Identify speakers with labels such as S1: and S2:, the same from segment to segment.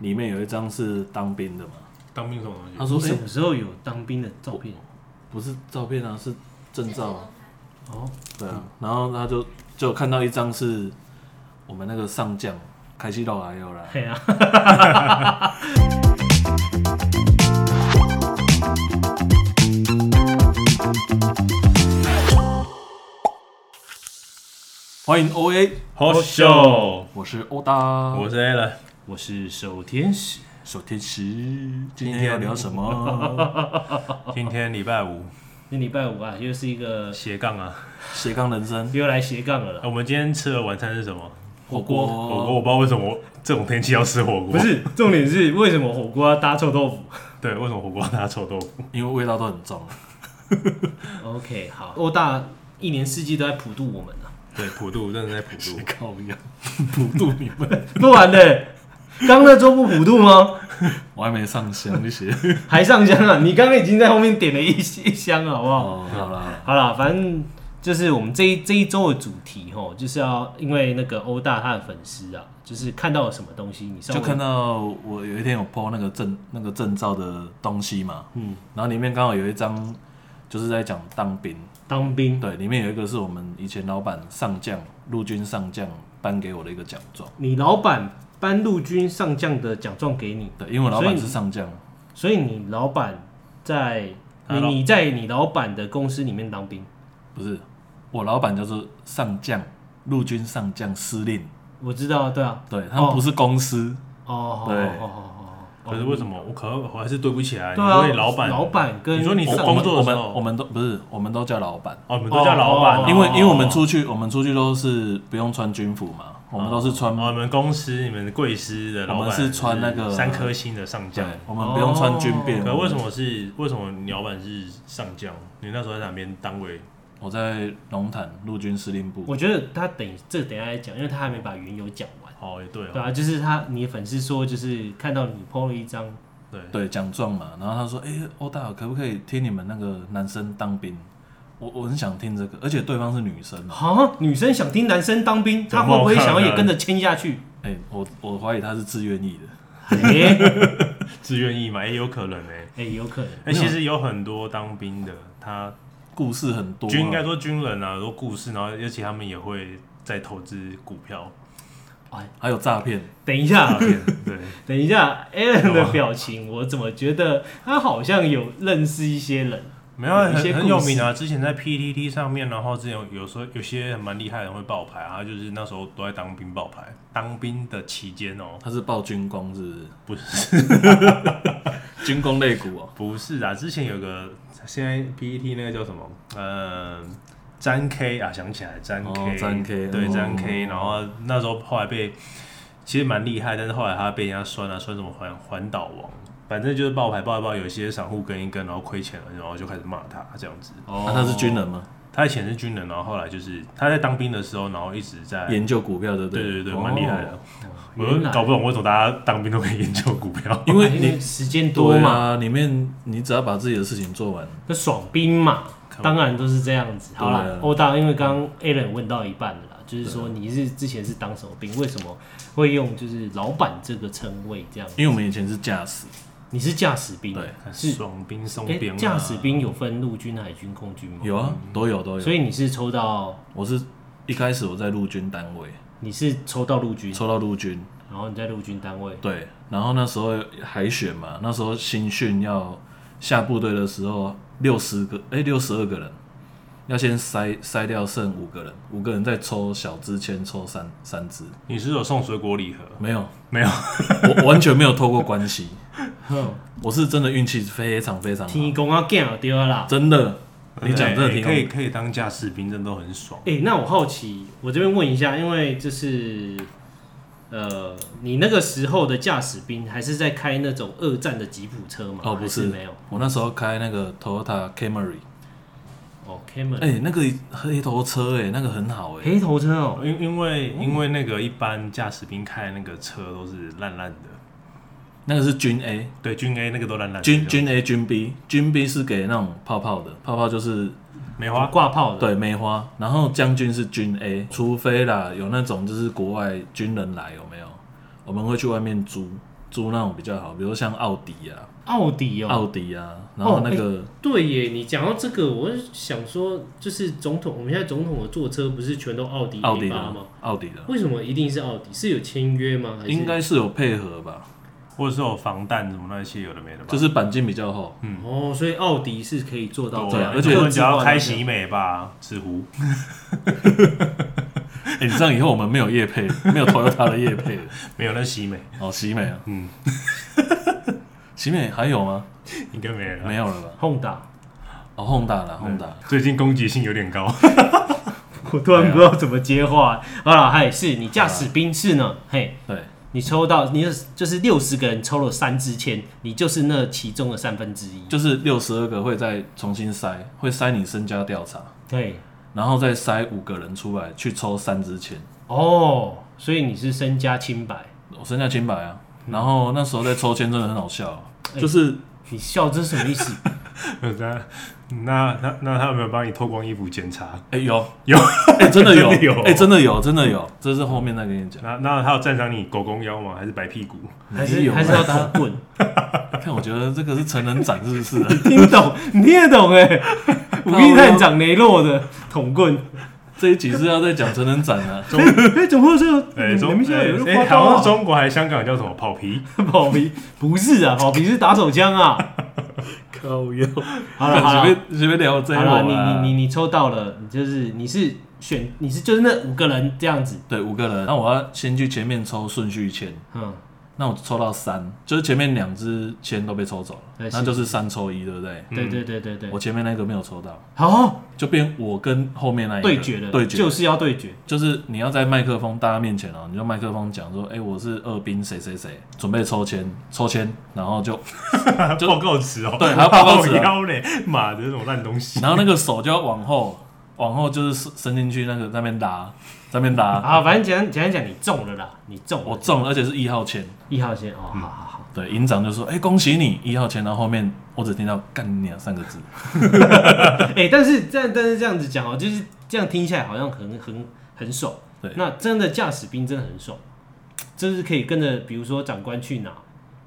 S1: 里面有一张是当兵的嘛，
S2: 当兵什么东
S1: 嗯
S2: 西？
S3: 他说什么时候有当兵的照 片？
S1: 不是照片啊，是证照啊，
S3: 哦，
S1: 对啊，然后他就就看到一张是我们那个上将开西到来有来，
S3: 对啊，
S1: 欢迎 O A，
S2: 好秀，
S1: 我是欧达，
S2: 我是 a l
S3: 我是守天使，
S1: 守天使，今天要聊什么？
S2: 今天礼拜五
S3: 那礼拜五啊，又是一个
S2: 斜杠啊。
S1: 斜杠人生，
S3: 又来斜杠了
S2: 啊
S3: 啦。
S2: 我们今天吃的晚餐是什么？
S1: 火
S2: 火锅，
S1: 锅，
S2: 我不知道为什么我这种天气要吃火锅。
S3: 不，是，重点是为什么火锅要搭臭豆腐
S2: 对，为什么火锅要拿臭豆腐？
S1: 因为味道都很重，啊
S3: ？OK，好，欧大一年四季都在普渡我们啊，
S2: 对，普渡，真的在普 渡。
S1: 靠呀， 普渡你们，
S3: 不然的，刚那周不普渡吗？
S1: 我还没上香那些，
S3: 还上香啊？你刚刚已经在后面点了一一箱了，好不好？
S1: 哦，好啦，
S3: 好啦，反正就是我们这一这一周的主题吼，就是要因为那个欧大他的粉丝啊，就是看到了什么东西，你稍微
S1: 就看到我有一天有 PO 那个证那个证照的东西嘛，
S3: 嗯，
S1: 然后里面刚好有一张就是在讲当兵，
S3: 当兵，
S1: 对，里面有一个是我们以前老板上将陆军上将颁给我的一个奖状，
S3: 你老板颁陆军上将的奖状给你，
S1: 对，因为我老板
S3: 所以
S1: 是上将，
S3: 所以你老板在
S2: 他
S3: 你
S2: 老
S3: 你在你老板的公司里面当兵，
S1: 不是我老板叫做上将陆军上将司令，
S3: 我知道啊，对啊，
S1: 对他们
S3: 哦
S1: 不是公司，
S3: 哦，好好
S1: 对
S3: 好好好好，
S2: 可是为什么？我可我还是对不起来。
S3: 对
S2: 你说
S3: 啊，
S2: 你老板，
S3: 老板跟
S2: 你哦说你
S1: 我
S2: 上
S1: 我们
S2: 工作的
S1: 我
S2: 时
S1: 们
S2: 候
S1: 我们都不是我们都叫老板。
S2: 哦，你们都叫老板
S3: 哦
S2: 啊，
S1: 因为因为我们
S2: 哦，
S1: 出去，我们出去都是不用穿军服嘛，我们都是穿
S2: 哦，你们公司你们贵司的老
S1: 我
S2: 板
S1: 们是穿那个
S2: 三颗星的上
S1: 对
S2: 将。，
S1: 我们不用穿军便。
S2: 哦可为什？么是为什么你老板是上将？你那时候在哪边单位？
S1: 我在龙潭陆军司令部，
S3: 我觉得他等这个等一下来讲，因为他还没把缘由讲完。
S2: 哦，也对
S3: 对
S2: 哦，
S3: 啊，就是他，你的粉丝说，就是看到你 PO 了一张，
S2: 对，
S1: 对奖状嘛。然后他说：“哎、欧大，可不可以听你们那个男生当兵？我我很想听这个，而且对方是女生。啊
S3: 哈，女生想听男生当兵，
S2: 怎么啊
S3: 她会不会想要也跟着签下去？
S1: 哎、我我怀疑他是自愿意的。
S3: 哎、欸
S2: 自愿意嘛，也有可能呢。
S3: 有可能。
S2: 哎，其实有很多当兵的，他
S1: 故事很多、
S2: 军应该说军人啊，有很多故事，然后尤其他们也会在投资股票。
S3: 哎，
S1: 还有诈骗，
S3: 等一下，啊
S2: 对，
S3: 等一下，Alan
S1: 啊
S3: 的表情，我怎么觉得他好像有认识一些人？
S2: 没有啊
S3: 有一些
S2: 很很
S3: 故事
S2: 有名啊，之前在 PTT 上面，然后之前有有时候有些蛮厉害的人会爆牌啊，就是那时候都在当兵爆牌，当兵的期间哦、
S1: 他是报军工是不是？
S2: 不是
S1: 军工类股哦、
S2: 不是啊，之前有个现在 PPT 那个叫什么？呃，詹 K 啊，想起来詹 K，、
S1: 哦詹 K，
S2: 对
S1: 哦
S2: 詹 K，、然后那时候后来被其实蛮厉害，但是后来他被人家酸啊，酸什么环环岛王，反正就是爆牌爆一爆，有些散户跟一跟，然后亏钱了，然后就开始骂他这样子。
S1: 那、啊他是军人吗？
S2: 他以前是军人，然后后来就是他在当兵的时候，然后一直在。
S1: 研究股票对不
S2: 对
S1: 对？
S2: 哦对对，蛮厉害的。
S1: 哦
S2: 我
S3: 原
S2: 就
S3: 来
S2: 搞不懂为什么大家当兵都可以研究股 票。
S1: 因为
S3: 因
S1: 你啊
S3: 为哦时间多
S2: 啊
S1: 多
S3: 嘛，
S1: 嘛，里面你只要把自己的事情做完，
S3: 那爽兵嘛，当然都是这样子。好
S1: 对
S3: 啦
S1: 啊，
S3: 欧大，因为刚刚 Alan 问到一半了啦，就是说你是之前是当什么兵，为什么会用就是老板这个称谓这样？
S1: 因为我们以前是驾驶，
S3: 你是驾驶兵，
S1: 对
S3: 是
S2: 爽兵松
S3: 哎，
S2: 兵啊，
S3: 驾驶兵有分陆军、海军、空军吗？
S1: 有啊，
S2: 嗯
S1: 都有都有。
S3: 所以你是抽到，
S1: 我是一开始我在陆军单位
S3: 你是抽到陆军，
S1: 抽到陆军，
S3: 然后你在陆军单位，
S1: 对，然后那时候海选嘛，那时候新训要下部队的时候，六十个哎六十二个人，要先筛筛掉剩五个人，五个人再抽小支签抽三三支，
S2: 你是有送水果礼盒？
S1: 没有
S2: 没有，
S1: 我我完全没有透过关系，
S3: 哼，
S1: 我是真的运气非常非常好，
S3: 天公啊，干丢啦！
S1: 真的，你讲真的
S2: 欸
S1: 挺
S2: 可以可以当驾驶兵，真的都很爽。
S3: 哎、那我好奇，我这边问一下，因为就是，呃，你那个时候的驾驶兵还是在开那种二战的吉普车吗？
S1: 哦，不
S3: 还
S1: 是
S3: 是没有。，
S1: 我那时候开那个 Toyota Camry，
S3: 哦，Cameron，、
S1: 哎、那个黑头车哎、那个很好哎、
S3: 黑头车哦，
S2: 因因为因为那个一般驾驶兵开那个车都是烂烂的，
S1: 那个是军 A，
S2: 对，军 A 那个都烂烂的。
S1: 军军 A 军 B，军 B 是给那种泡泡的，泡泡就是
S2: 梅
S3: 有
S2: 花，
S3: 挂炮的。
S1: 对梅花，然后将军是军 A，除非啦有那种就是国外军人来有没有，我们会去外面租，租那种比较好，比如像奥迪啊、
S3: 奥迪哦，
S1: 奥迪啊，然后那个、
S3: 对耶，你讲到这个，我是想说，就是总统，我们现在总统的坐车不是全都奥迪
S1: 奥迪
S3: A
S1: 的啊
S3: 八哎吗？
S1: 奥迪的，
S3: 为什么一定是奥迪？是有签约吗？还是
S1: 应该是有配合吧，
S2: 或者是有防弹什么那些有的没的吧，
S1: 就是钣金比较厚。
S3: 哦，所以奥迪是可以做到
S1: 对
S3: 这
S1: 啊
S3: 样，
S1: 而且
S2: 我
S3: 各
S2: 们
S3: 自
S2: 只要
S3: 换
S2: 开
S3: 一个
S2: 喜美吧，知乎
S1: 哎、你这样以后我们没有叶配，没有 Toyota 的叶配了。
S2: 没有那喜 美
S1: 哦，喜美啊，
S2: 嗯，
S1: 喜美还有吗？
S2: 应该没啊人了。
S1: 没有了吧？
S3: Honda，
S1: 哦，Honda 啦，Honda。
S2: 最近攻击性有点高，
S3: 我突然不知道怎么接话。好了，嗨，是你驾驶兵是呢？嘿，
S1: 对，
S3: 你抽到你就是就是六十个人抽了三支签，你就是那其中的三分之一。
S1: 就是六十二个会再重新筛，会筛你身家调查，
S3: 对，
S1: 然后再筛五个人出来去抽三支签。
S3: 哦，所以你是身家清白。
S1: 我身价清白啊。
S3: 嗯
S1: 然后那时候在抽签真的很好笑啊、
S3: 哎
S1: 就是
S3: 你笑这是什么意思？
S2: 那那那那他有没有帮你脱光衣服检查？
S1: 哎、有
S2: 有，
S1: 哎、真的 有
S2: 真的有
S1: 哎、真的有真的有，这是后面再跟你讲。
S2: 那那他有赞赏你狗公腰吗？还是白屁股？
S3: 还
S1: 没
S3: 是
S1: 有啊
S3: 还是要打滚？
S1: 看，我觉得这个是成人展是不啊是、
S3: 听懂，你听得懂哎、武力探长雷洛的捅棍，
S1: 这一集是要在讲成人展啊，
S3: 哎、欸，总会是有，
S2: 哎、
S3: 你
S2: 中
S3: 们现在有
S2: 哎、
S3: 夸张
S2: 好像
S3: 啊？
S2: 中国还香港叫什么跑皮？
S3: 跑皮不是啊，跑皮是打手枪啊。
S1: 靠腰，
S3: 好了 好了
S1: 随便随便聊这一
S3: 好
S1: 轮啊
S3: 了，你你你你抽到了，你就是你是选你是就是那五个人这样子，
S1: 对五个人，那我要先去前面抽顺序签，
S3: 嗯，
S1: 那我抽到三，就是前面两支签都被抽走了
S3: 哎，
S1: 那就是三抽一，对不对？
S3: 对对对对对
S1: 嗯我，前面那个没有抽到，
S3: 好
S1: 就变我跟后面那一个
S3: 对决了，
S1: 对决
S3: 就是要对决，
S1: 就是你要在麦克风大家面前哦、你就麦克风讲说，哎、我是二兵谁谁谁，准备抽签，抽签，然后就，就
S2: 报告词哦，
S1: 对还有报告词啊
S2: 腰嘞，妈的，这种烂东西
S1: 然后那个手就要往后，往后就是伸伸进去那个在那边拉，在那边拉，
S3: 啊，反正简单简单讲，你中了啦，你中
S1: 嗯我
S3: 了，
S1: 中嗯了，而且是一号签，
S3: 一号先哦，好好好，
S1: 对，营长就说，哎、恭喜你一号签，然后后面我只听到干你啊三个字，
S3: 哎、但是这样但是这样子讲哦，就是这样听起来好像很很很爽，
S1: 对
S3: 那真的驾驶兵真的很爽，就是可以跟着，比如说长官去哪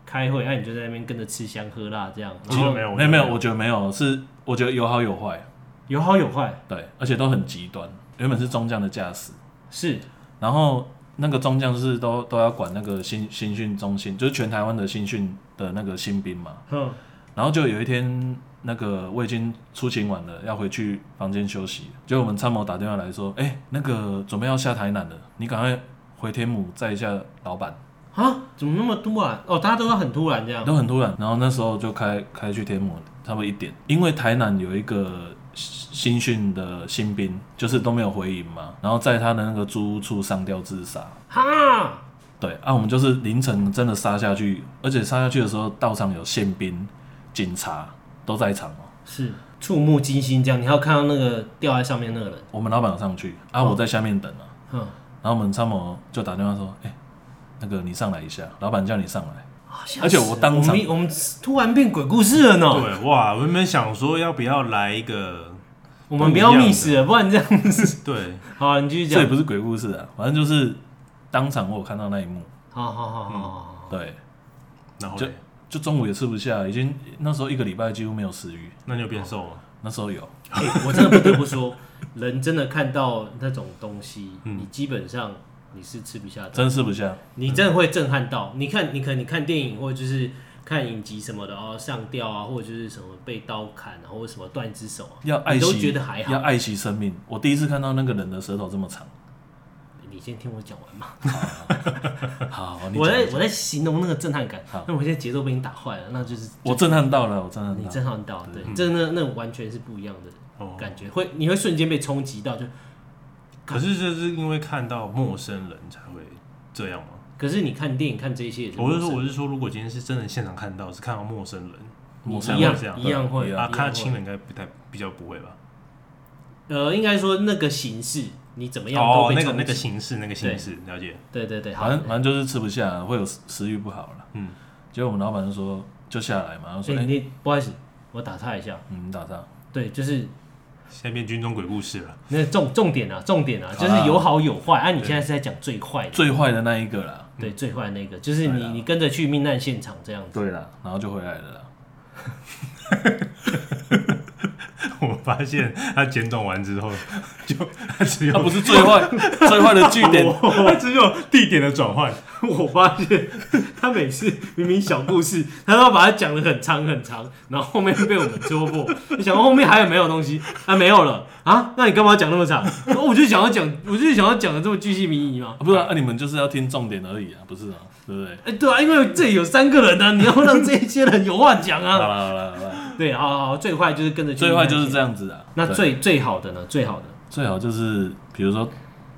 S3: 开会，那、你就在那边跟着吃香喝辣这样，
S2: 我
S3: 然
S2: 记得
S3: 后
S2: 没有，
S1: 没有没哎有，我觉得没有，是我觉得有好有坏，
S3: 有好有坏，
S1: 对，而且都很极端，原本是中将的驾驶，
S3: 是
S1: 然后那个中将就是都都要管那个新新训中心，就是全台湾的新训的那个新兵嘛。
S3: 哼
S1: 然后就有一天，那个我已经出勤晚了，要回去房间休息。就我们参谋打电话来说，哎、那个准备要下台南了，你赶快回天母载一下老板。
S3: 啊，怎么那么突然？哦，大家都要很突然这样。
S1: 都很突然。然后那时候就开开去天母，差不多一点，因为台南有一个新训的新兵，就是都没有回营嘛，然后在他的那个租屋处上吊自杀。
S3: 哈，
S1: 对啊，我们就是凌晨真的杀下去，而且杀下去的时候，到场有宪兵、警察都在场哦。
S3: 是触目惊心这样，你还要看到那个掉在上面那个人，
S1: 我们老板有上去啊，我在下面等啊。
S3: 嗯，
S1: 然后我们参谋就打电话说：“哎、那个你上来一下，老板叫你上来。
S3: 啊吓死
S1: 而且我当场
S3: 我们我们突然变鬼故事了呢，
S2: 对哇，我原本想说要不要来一个，
S3: 我们不要 miss 了，不然这样子。
S2: 对，
S3: 好，你继”续
S1: 这也
S3: 讲。
S1: 不是鬼故事啊，反正就是当场我有看到那一幕。
S3: 好好好好好，
S1: 对，
S2: 然后
S1: 就
S2: 嘞
S1: 就中午也吃不下，已经那时候一个礼拜几乎没有食欲。
S2: 那你有变瘦吗？
S1: 那时候有，
S3: 哎、我真的不得不说，人真的看到那种东西，你基本上你是吃不下的。
S1: 真吃不下。
S3: 你真的会震撼到。你看，你可能你看电影或者就是看影集什么的，哦，上吊啊，或者就是什么被刀砍，然后什么断一只手啊，
S1: 要爱
S3: 你
S1: 惜，
S3: 都觉得还好
S1: 要爱惜生命。我第一次看到那个人的舌头这么 长。
S3: 你先听我讲完嘛。
S1: 好，你
S3: 我
S1: 讲
S3: 在
S1: 一下
S3: 我在形容那个震撼感
S1: 好，
S3: 那我现在节奏被你打坏了，那就是
S1: 我震撼到了，我震撼
S3: 你
S1: 到。
S3: 震撼到，对，真的那那完全是不一样的
S2: 哦，
S3: 感觉，会你会瞬间被冲击到，就
S2: 可是这是因为看到陌生人才会这样吗？
S3: 可是你看电影看这些也是陌
S2: 我是
S3: 生
S2: 说，
S3: 人，
S2: 我是说，如果今天是真的现场看到，是看到陌生人
S3: 你
S1: 陌
S2: 生
S3: 一
S2: 人会这
S3: 样
S2: 样
S3: 一样会
S1: 对
S2: 啊，
S3: 一样
S2: 看到
S3: 会
S2: 亲人应该不太比较不会吧？
S3: 呃，应该说那个形式你怎么样都
S2: 哦，
S3: 被
S2: 那个
S3: 冲
S2: 那个
S3: 击
S2: 形式，那个形式，了解。
S3: 对对对，好
S1: 反，正反正就是吃不下，会有食食欲不好了。嗯，结果我们老板就说就下来嘛，他
S3: 所
S1: 说
S3: 以
S1: 哎，
S3: 你不好意思，我打岔一下，
S1: 嗯你打他。
S3: 对，就是
S2: 现在变军中鬼故事了，
S3: 那重重点啊，重点啊，
S1: 好
S3: 就
S1: 啦
S3: 是有好有坏。啊，你现在是在讲最坏的，
S1: 最坏的那一个啦，
S3: 对，最坏那个就是
S1: 对
S3: 你
S1: 啊
S3: 你跟着去命案现场这样子。
S1: 对啦，然后就回来了啦。
S2: 我发现他简短完之后，就他只有
S1: 他不是最 坏最坏的据点，
S2: 他只有地点的转换，
S3: 我发现他每次明明小故事，他都要把它讲得很长很长，然后后面被我们戳破。你想后面还有没有东西？啊，没有了啊？那你干嘛讲那么长？哦我就想要讲，我就想要讲的这么巨细靡遗嘛
S1: 啊。不是啊，啊你们就是要听重点而已啊，不是啊，对不对？
S3: 哎、对啊，因为这里有三个人啊，你要让这些人有话 讲
S1: 好
S3: 啊。
S1: 啦好啦好啦，
S3: 对，好好好，最坏就是跟着去。
S1: 最坏就是这。样子啊。
S3: 那
S1: 对
S3: 最最好的呢？最好的
S1: 最好就是比如说，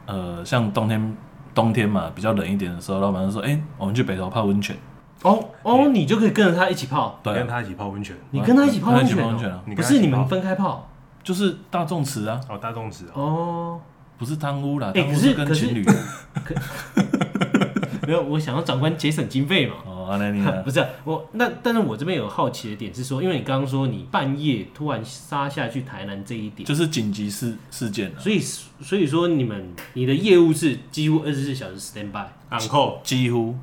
S1: 呃，像冬天冬天嘛，比较冷一点的时候，老板就说，哎、我们去北头泡温泉。
S3: 哦哦，你就可以跟着他一起泡。
S1: 对
S2: 跟
S1: 啊、
S2: 他一起泡温泉。
S3: 你跟他一起泡温泉、
S1: 跟他一起泡温泉啊
S3: 哦，
S2: 你
S3: 不
S2: 跟他
S3: 是
S2: 一起
S3: 你
S2: 泡
S3: 们分开泡
S1: 就是大众池啊，
S2: 哦，大众池哦，
S3: 哦。
S1: 不是贪污啦，
S3: 哎
S1: 贪污
S3: 可是
S1: 跟
S3: 可 是
S1: 情侣。
S3: 没有，我想要长官节省经费嘛。，
S1: 哦，阿南尼啊
S3: 不是啊、我那，但是我这边有好奇的点是说，因为你刚刚说你半夜突然杀下去台南这一点，
S1: 就是紧急事事件啊，
S3: 所以所以说你们你的业务是几乎二十四小时 stand by。
S2: 昂扣
S1: 几乎。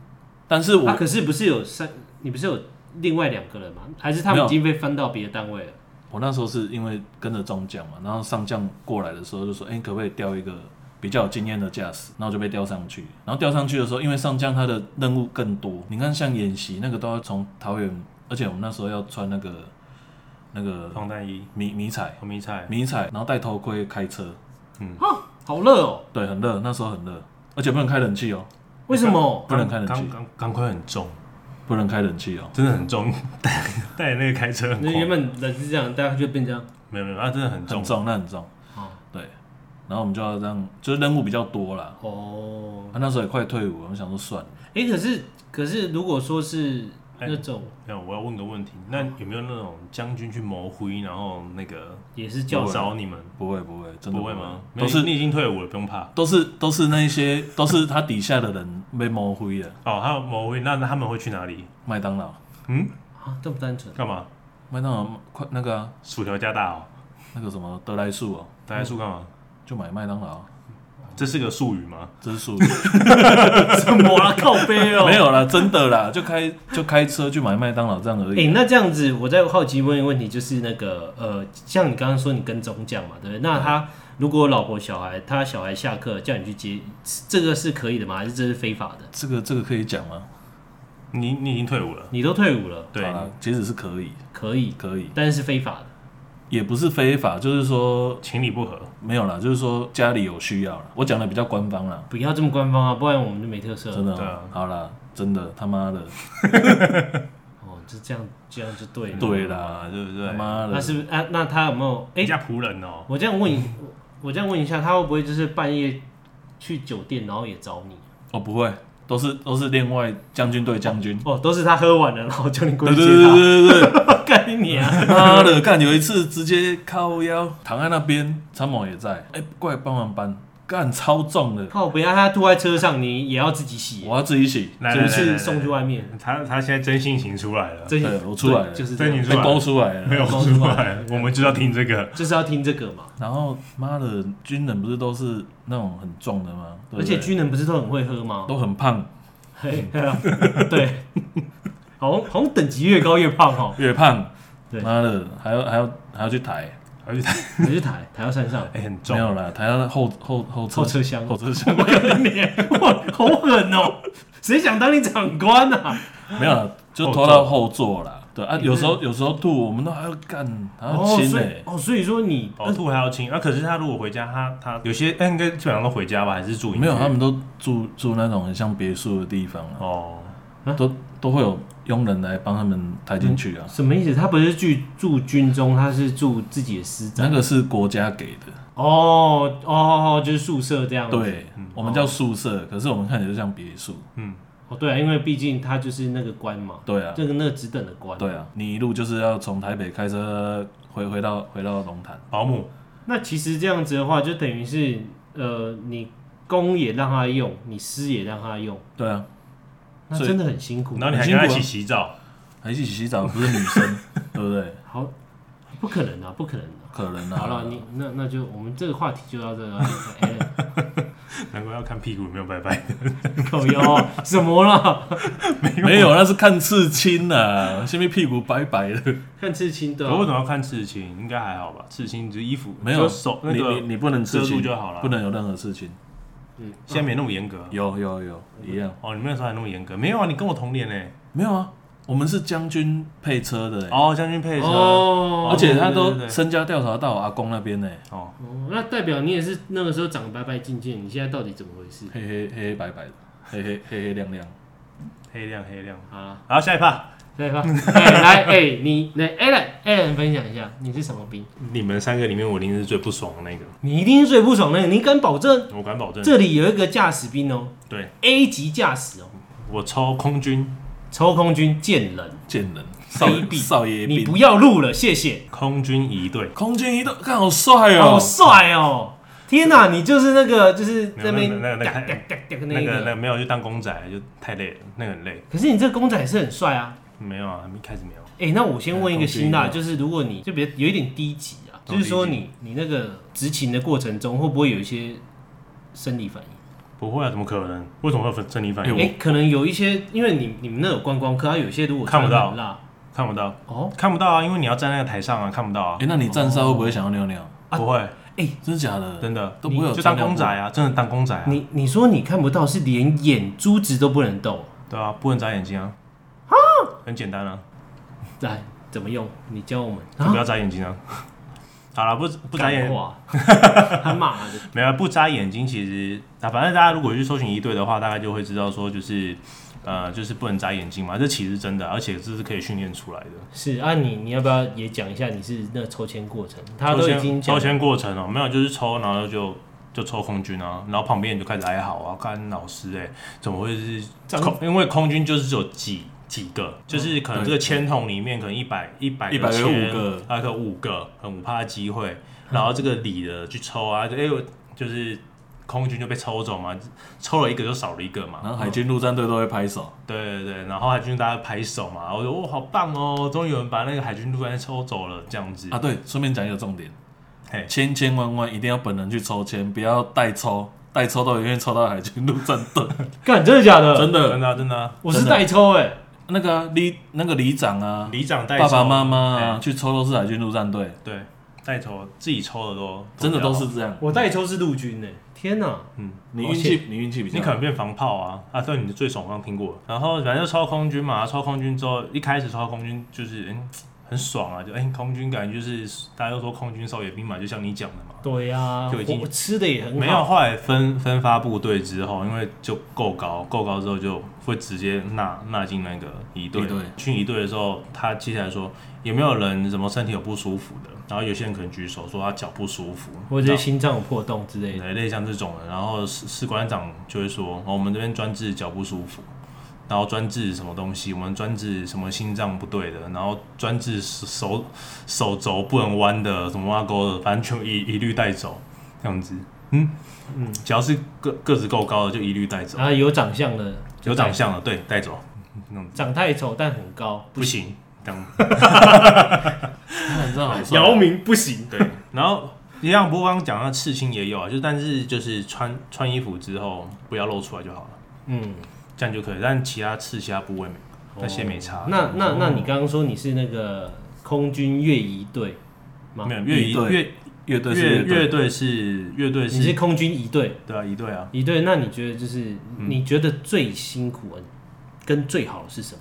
S1: 但是我、
S3: 啊，可是不是有三，你不是有另外两个人吗？还是他
S1: 没
S3: 们
S1: 有
S3: 已经被分到别的单位了？
S1: 我那时候是因为跟着中将嘛，然后上将过来的时候就说，哎、可不可以调一个比较有经验的驾驶？然后就被调上去。然后调上去的时候，因为上将他的任务更多，你看像演习那个都要从桃园，而且我们那时候要穿那个那个
S2: 防弹衣、
S1: 迷迷彩
S2: 红迷菜，
S1: 迷彩，然后戴头盔开车，
S3: 啊，好热哦！
S1: 对，很热，那时候很热，而且不能开冷气哦，
S3: 为什么？
S1: 不能开冷气
S2: 钢钢钢盔很重，
S1: 不能开冷气哦。
S2: 真的很重， 带带那个开车很
S3: 那原
S2: 狂，
S3: 本人是这样，大家就变这样。
S2: 没有没有，啊，真的很
S1: 很
S2: 重，
S1: 重，那很重。
S3: 哦
S1: 对，然后我们就要这样，就是任务比较多啦。
S3: 哦，
S1: 啊、那时候也快退伍了，我们想说算了，
S3: 哎、可是可是如果说是那种、
S2: 没有，我要问个问题，那有没有那种将军去谋灰，然后那个
S3: 也是
S2: 要
S3: 叫
S2: 找你们？
S1: 不会不会，真的
S2: 不会吗？没
S1: 都
S2: 有，
S1: 是
S2: 你已经退伍了，不用怕。
S1: 都是都是那一些都是他底下的人被摸灰了。
S2: 哦，还有某位，那那他们会去哪里？
S1: 麦当劳，
S2: 嗯，
S3: 啊这么单 纯。
S2: 干嘛？
S1: 麦当劳快那个、啊、
S2: 薯条加大哦，
S1: 那个什么德莱树哦，
S2: 大家树干嘛？
S1: 就买麦当劳啊，
S2: 这是个术语吗？
S1: 这是 树
S3: 什么啊？靠背 哦、
S1: 没有啦，真的啦，就开就开车去买麦当劳这样而
S3: 哎、
S1: 已。啊
S3: 那这样子，我再好奇问一个问题，就是那个呃，像你刚刚说你跟中将嘛，对不对？那他如果老婆小孩，他小孩下课叫你去接，这个是可以的吗？还是这是非法的？
S1: 这个这个可以讲吗？
S2: 你你已经退伍了，
S3: 你都退伍了，
S2: 对
S1: 好，啊啦，其实是可以，
S3: 可以，
S1: 可以，
S3: 但是是非法的。
S1: 也不是非法，就是说
S2: 情理不合。
S1: 没有啦，就是说家里有需要啦。我讲的比较官方啦，
S3: 不要这么官方啊，不然我们就没特色了。
S1: 真的
S2: 对
S1: 哦
S2: 啊。
S1: 好啦，真的他妈的，
S3: 哦，就这样，这样就对了。
S1: 对啦，
S2: 啊对不对
S1: 他妈
S3: 那
S1: 的，
S3: 是不是啊？那他有没有？哎、
S2: 人家仆人哦，
S3: 我这样问一，我这样问一下，他会不会就是半夜去酒店，然后也找你？
S1: 哦不会，都是都是另外将军对将军。
S3: 哦，都是他喝完了，然后叫你过
S1: 对
S3: 去
S1: 对
S3: 接
S1: 对
S3: 他，
S1: 对对对，
S3: 干你啊娘！
S1: 妈的！干有一次直接靠腰躺在那边，参谋也在，哎、过来帮忙搬，干超重的，
S3: 靠北啊，不要他吐在车上，你也要自己洗，
S1: 我要自己 洗，
S2: 来
S3: 不
S2: 来来
S3: 是
S2: 来
S3: 送去
S2: 来，
S3: 外面。
S2: 他他现在真性情出来了，
S3: 这
S1: 对我出来了
S3: 就是这
S2: 真
S3: 样
S2: 性
S1: 被
S2: 情
S1: 勾
S2: 出
S1: 出来
S2: 来，
S1: 了。
S2: 没有
S3: 勾出
S2: 出
S3: 来
S2: 来，我们就要听这个。
S3: 就是要听这个嘛。
S1: 然后妈的，军人不是都是那种很重的吗？对
S3: 而
S1: 不对
S3: 且军人不是都很会喝吗？
S1: 都很胖，
S3: 嘿 对，好像好像等级越高越胖哦。
S1: 越胖，
S3: 对
S1: 妈的还要还要还要去抬，
S2: 而且他
S3: 你去抬抬到山上，
S2: 哎很重
S1: 没，有啦，抬到后后后车
S3: 后车厢
S1: 后车厢
S3: 我跟你，哇，好狠哦！谁想当你长官啊？
S1: 没有啦，就拖到后座啦。对啊，有时候有时候吐，我们都还要干，还要
S3: 哦，
S1: 啊亲欸
S3: 所
S1: 呢、
S3: 以哦，所以说你
S2: 呕吐还要亲啊。可是他如果回家，他他有些哎应该基本上都回家吧，还是住营区
S1: 没有，他们都住住那种很像别墅的地方啊，
S2: 哦，
S3: 嗯
S1: 都都会有佣人来帮他们抬进去啊。
S3: 什么意思？他不是去住军中，他是住自己的私宅。
S1: 那个是国家给的，
S3: 哦哦，就是宿舍这样子。
S1: 对，我们叫宿舍，可是我们看起来就像别墅。
S2: 嗯，
S3: 哦，对啊，因为毕竟他就是那个官嘛，
S1: 对啊，
S3: 这个那个职等的官。
S1: 对啊，你一路就是要从台北开车回回到回到龙潭，
S2: 保姆
S3: 那其实这样子的话，就等于是呃，你公也让他用，你私也让他用，
S1: 对啊，
S3: 那
S1: 所以
S3: 真的很辛苦
S2: 然。后你还
S1: 很
S2: 跟他一
S1: 辛苦啊
S2: 起洗澡，
S1: 还一起洗澡，不是女生， 对不对？
S3: 好，不可能啊，不可能啊。
S1: 可能啊。
S3: 好了，你那那就我们这个话题就到这了。哎
S2: 难怪要看屁股有没有拜拜，
S3: 靠腰哎什么啦？
S1: 没有，那是看刺青啊，下面屁股白白的，
S3: 看刺青的
S2: 我为什么要看刺青？应该还好吧？刺青就是衣服，
S1: 啊没有
S2: 就手那
S1: 你你
S2: 个，
S1: 你不能刺
S2: 遮
S1: 青
S2: 住就好了
S1: 不能有任何刺青。
S2: 现在没那么严格。啊
S1: 有有有，一样
S2: 哦，你们那时候还那么严格？没有啊，你跟我同年嘞。
S1: 没有啊？我们是将军配车的欸、
S2: 哦，将军配车。哦，
S3: 哦，
S1: 而且他
S2: 对对
S1: 都
S2: 对
S1: 身家调查到我阿公那边呢、欸
S3: 哦，那代表你也是那个时候长得白白净净，你现在到底怎么回事？
S1: 黑黑黑黑白白的，黑黑黑黑亮亮。
S2: 黑亮黑亮。
S3: 好啦，
S2: 好，下一趴，
S3: 来吧，哎来，哎，你来，Alan，Alan 分享一下，你是什么兵？
S2: 你们三个里面，我一定是最不爽的那个，
S3: 你一定是最不爽的，你敢保证？
S2: 我敢保证。
S3: 这里有一个驾驶兵哦
S2: 对，
S3: ，A 级驾驶哦，
S2: 我抽空军，
S3: 抽空军见人，
S1: 贱人，少
S3: 卑
S1: 爷
S3: 鄙
S1: 少爷
S3: 你
S1: 兵
S3: 不，要录了，谢谢。
S2: 空军一队。
S1: 空军一动，看好帅
S2: 哎
S1: 哦、
S3: 好帅哦！天哪，你就是那个，就是在那边
S2: 那个那个
S3: 哒哒
S2: 那个那个
S3: 哒哒那
S2: 那
S3: 个。
S2: 个没有，就当公仔就太累了，那个很累。
S3: 可是你这个公仔是很帅啊！
S2: 没有啊，一开始没有。
S3: 哎，那我先问一个辛辣，
S1: 嗯
S3: 就是如果你就别有一点低级啊，
S2: 哦
S3: 就是说你你那个执勤的过程中会不会有一些生理反应？
S2: 不会啊，怎么可能？为什么会有生理反
S1: 哎
S2: 应？
S1: 我
S3: 哎，可能有一些，因为你你们那有观光客，他有些如果
S2: 看不到
S3: 穿很辣
S2: 看不到，
S3: 哦，
S2: 看不到啊，因为你要站在台上啊，看不到啊
S1: 哎、。那你站哨会不会想要尿尿？
S2: 不会，
S1: 真的假的？
S2: 真的
S1: 都不会有
S2: 就当
S1: 尿
S2: 公仔啊，真的当公仔啊。
S3: 你你说你看不到是连眼珠子都不能动，
S2: 对啊，不能眨眼睛啊。很简单啊，
S3: 来怎么用？你教我们
S2: 就不要眨眼睛啊。 好了，不不眨眼
S3: 干，话，他妈的！
S2: 没有不眨眼睛，其实啊，反正大家如果去搜寻一对的话，大概就会知道说，就是呃，就是不能眨眼睛嘛，这其实是真的，而且这是可以训练出来的。
S3: 是啊你，你要不要也讲一下你是那个抽签过程？他都已经讲
S2: 抽签过程哦、没有就是抽，然后就就抽空军啊，然后旁边人就开始哀嚎啊，干老师哎、怎么会是
S3: 长
S2: 空？因为空军就是只有几几个，就是可能这个签筒里面可能一百一百
S1: 100有
S2: 签
S1: 五个
S2: 啊，可能五个，很五趴的机会，然后这个里的去抽啊，就哎、我就是空军就被抽走嘛，抽了一个就少了一个嘛，嗯
S1: 然后海军陆战队都会拍手，
S2: 对对对，然后海军大家拍手嘛，我说哇好棒哦，终于有人把那个海军陆战抽走了这样子
S1: 啊，，对，顺便讲一个重点
S2: 嘿，
S1: 千千万万一定要本人去抽签，不要代抽，代抽到永远抽到海军陆战队，
S3: 干真的假的？
S1: 真的
S2: 真。的啊、真的啊、
S3: 我是代抽哎、
S1: 那个啊里、那个里长啊，
S2: 里长代抽
S1: 爸爸妈妈啊，
S2: 哎
S1: 去抽都是海军陆战队，
S2: 对代抽自己抽的都
S1: 真的都是，这样。
S3: 我代抽是陆军哎、
S2: 欸
S3: 天哪！哦
S2: 嗯，
S1: 你运气，你运气比较
S2: 你可
S1: 好。
S2: 能变防炮啊啊！对，你最爽我刚听过，然后反正就抽空军嘛，抽空军之后一开始抽空军就是嗯很爽啊，就哎、空军感觉就是大家都说空军少野兵嘛，就像你讲的嘛。
S3: 对呀、啊，
S2: 就已经
S3: 我吃的也很好，
S2: 没有，后来分分发部队之后，因为就够高，够高之后就会直接纳纳进那个一队
S1: 一队。
S2: 去一队的时候，他接下来说有没有人什么身体有不舒服的，然后有些人可能举手说他脚不舒服，
S3: 或者是心脏有破洞之类的。
S2: 哎对，类似像这种的。然后士士官长就会说，哦，我们这边专治脚不舒服，然后专治什么东西，我们专治什么心脏不对的，然后专治手手肘不能弯的，什么挖沟的，反正全部一一律带走，这样子。嗯嗯，只要是个个子够高的就一律带走，
S3: 然后啊有长相的，
S2: 有长相的对带走，
S3: 长太丑但很高，
S2: 不行，这样
S1: 看这样好帅
S3: 姚明不行。
S2: 对，然后一样，不过刚刚讲到刺青也有啊，就但是就是穿穿衣服之后不要露出来就好了，
S3: 嗯，
S2: 这样就可以。但其他刺其他部位没，那些没差。
S3: 哦那那那你刚刚说你是那个空军越仪队吗？
S2: 没有
S1: 乐
S2: 乐
S1: 仪
S2: 仪乐
S1: 乐队啊
S2: 乐
S1: 是乐
S2: 乐
S1: 队，
S2: 队是乐队
S3: 你是
S2: 是，
S3: 空军仪队，
S2: 对啊，一队啊，
S3: 仪队。那你觉得就是、你觉得最辛苦跟最好的是什么？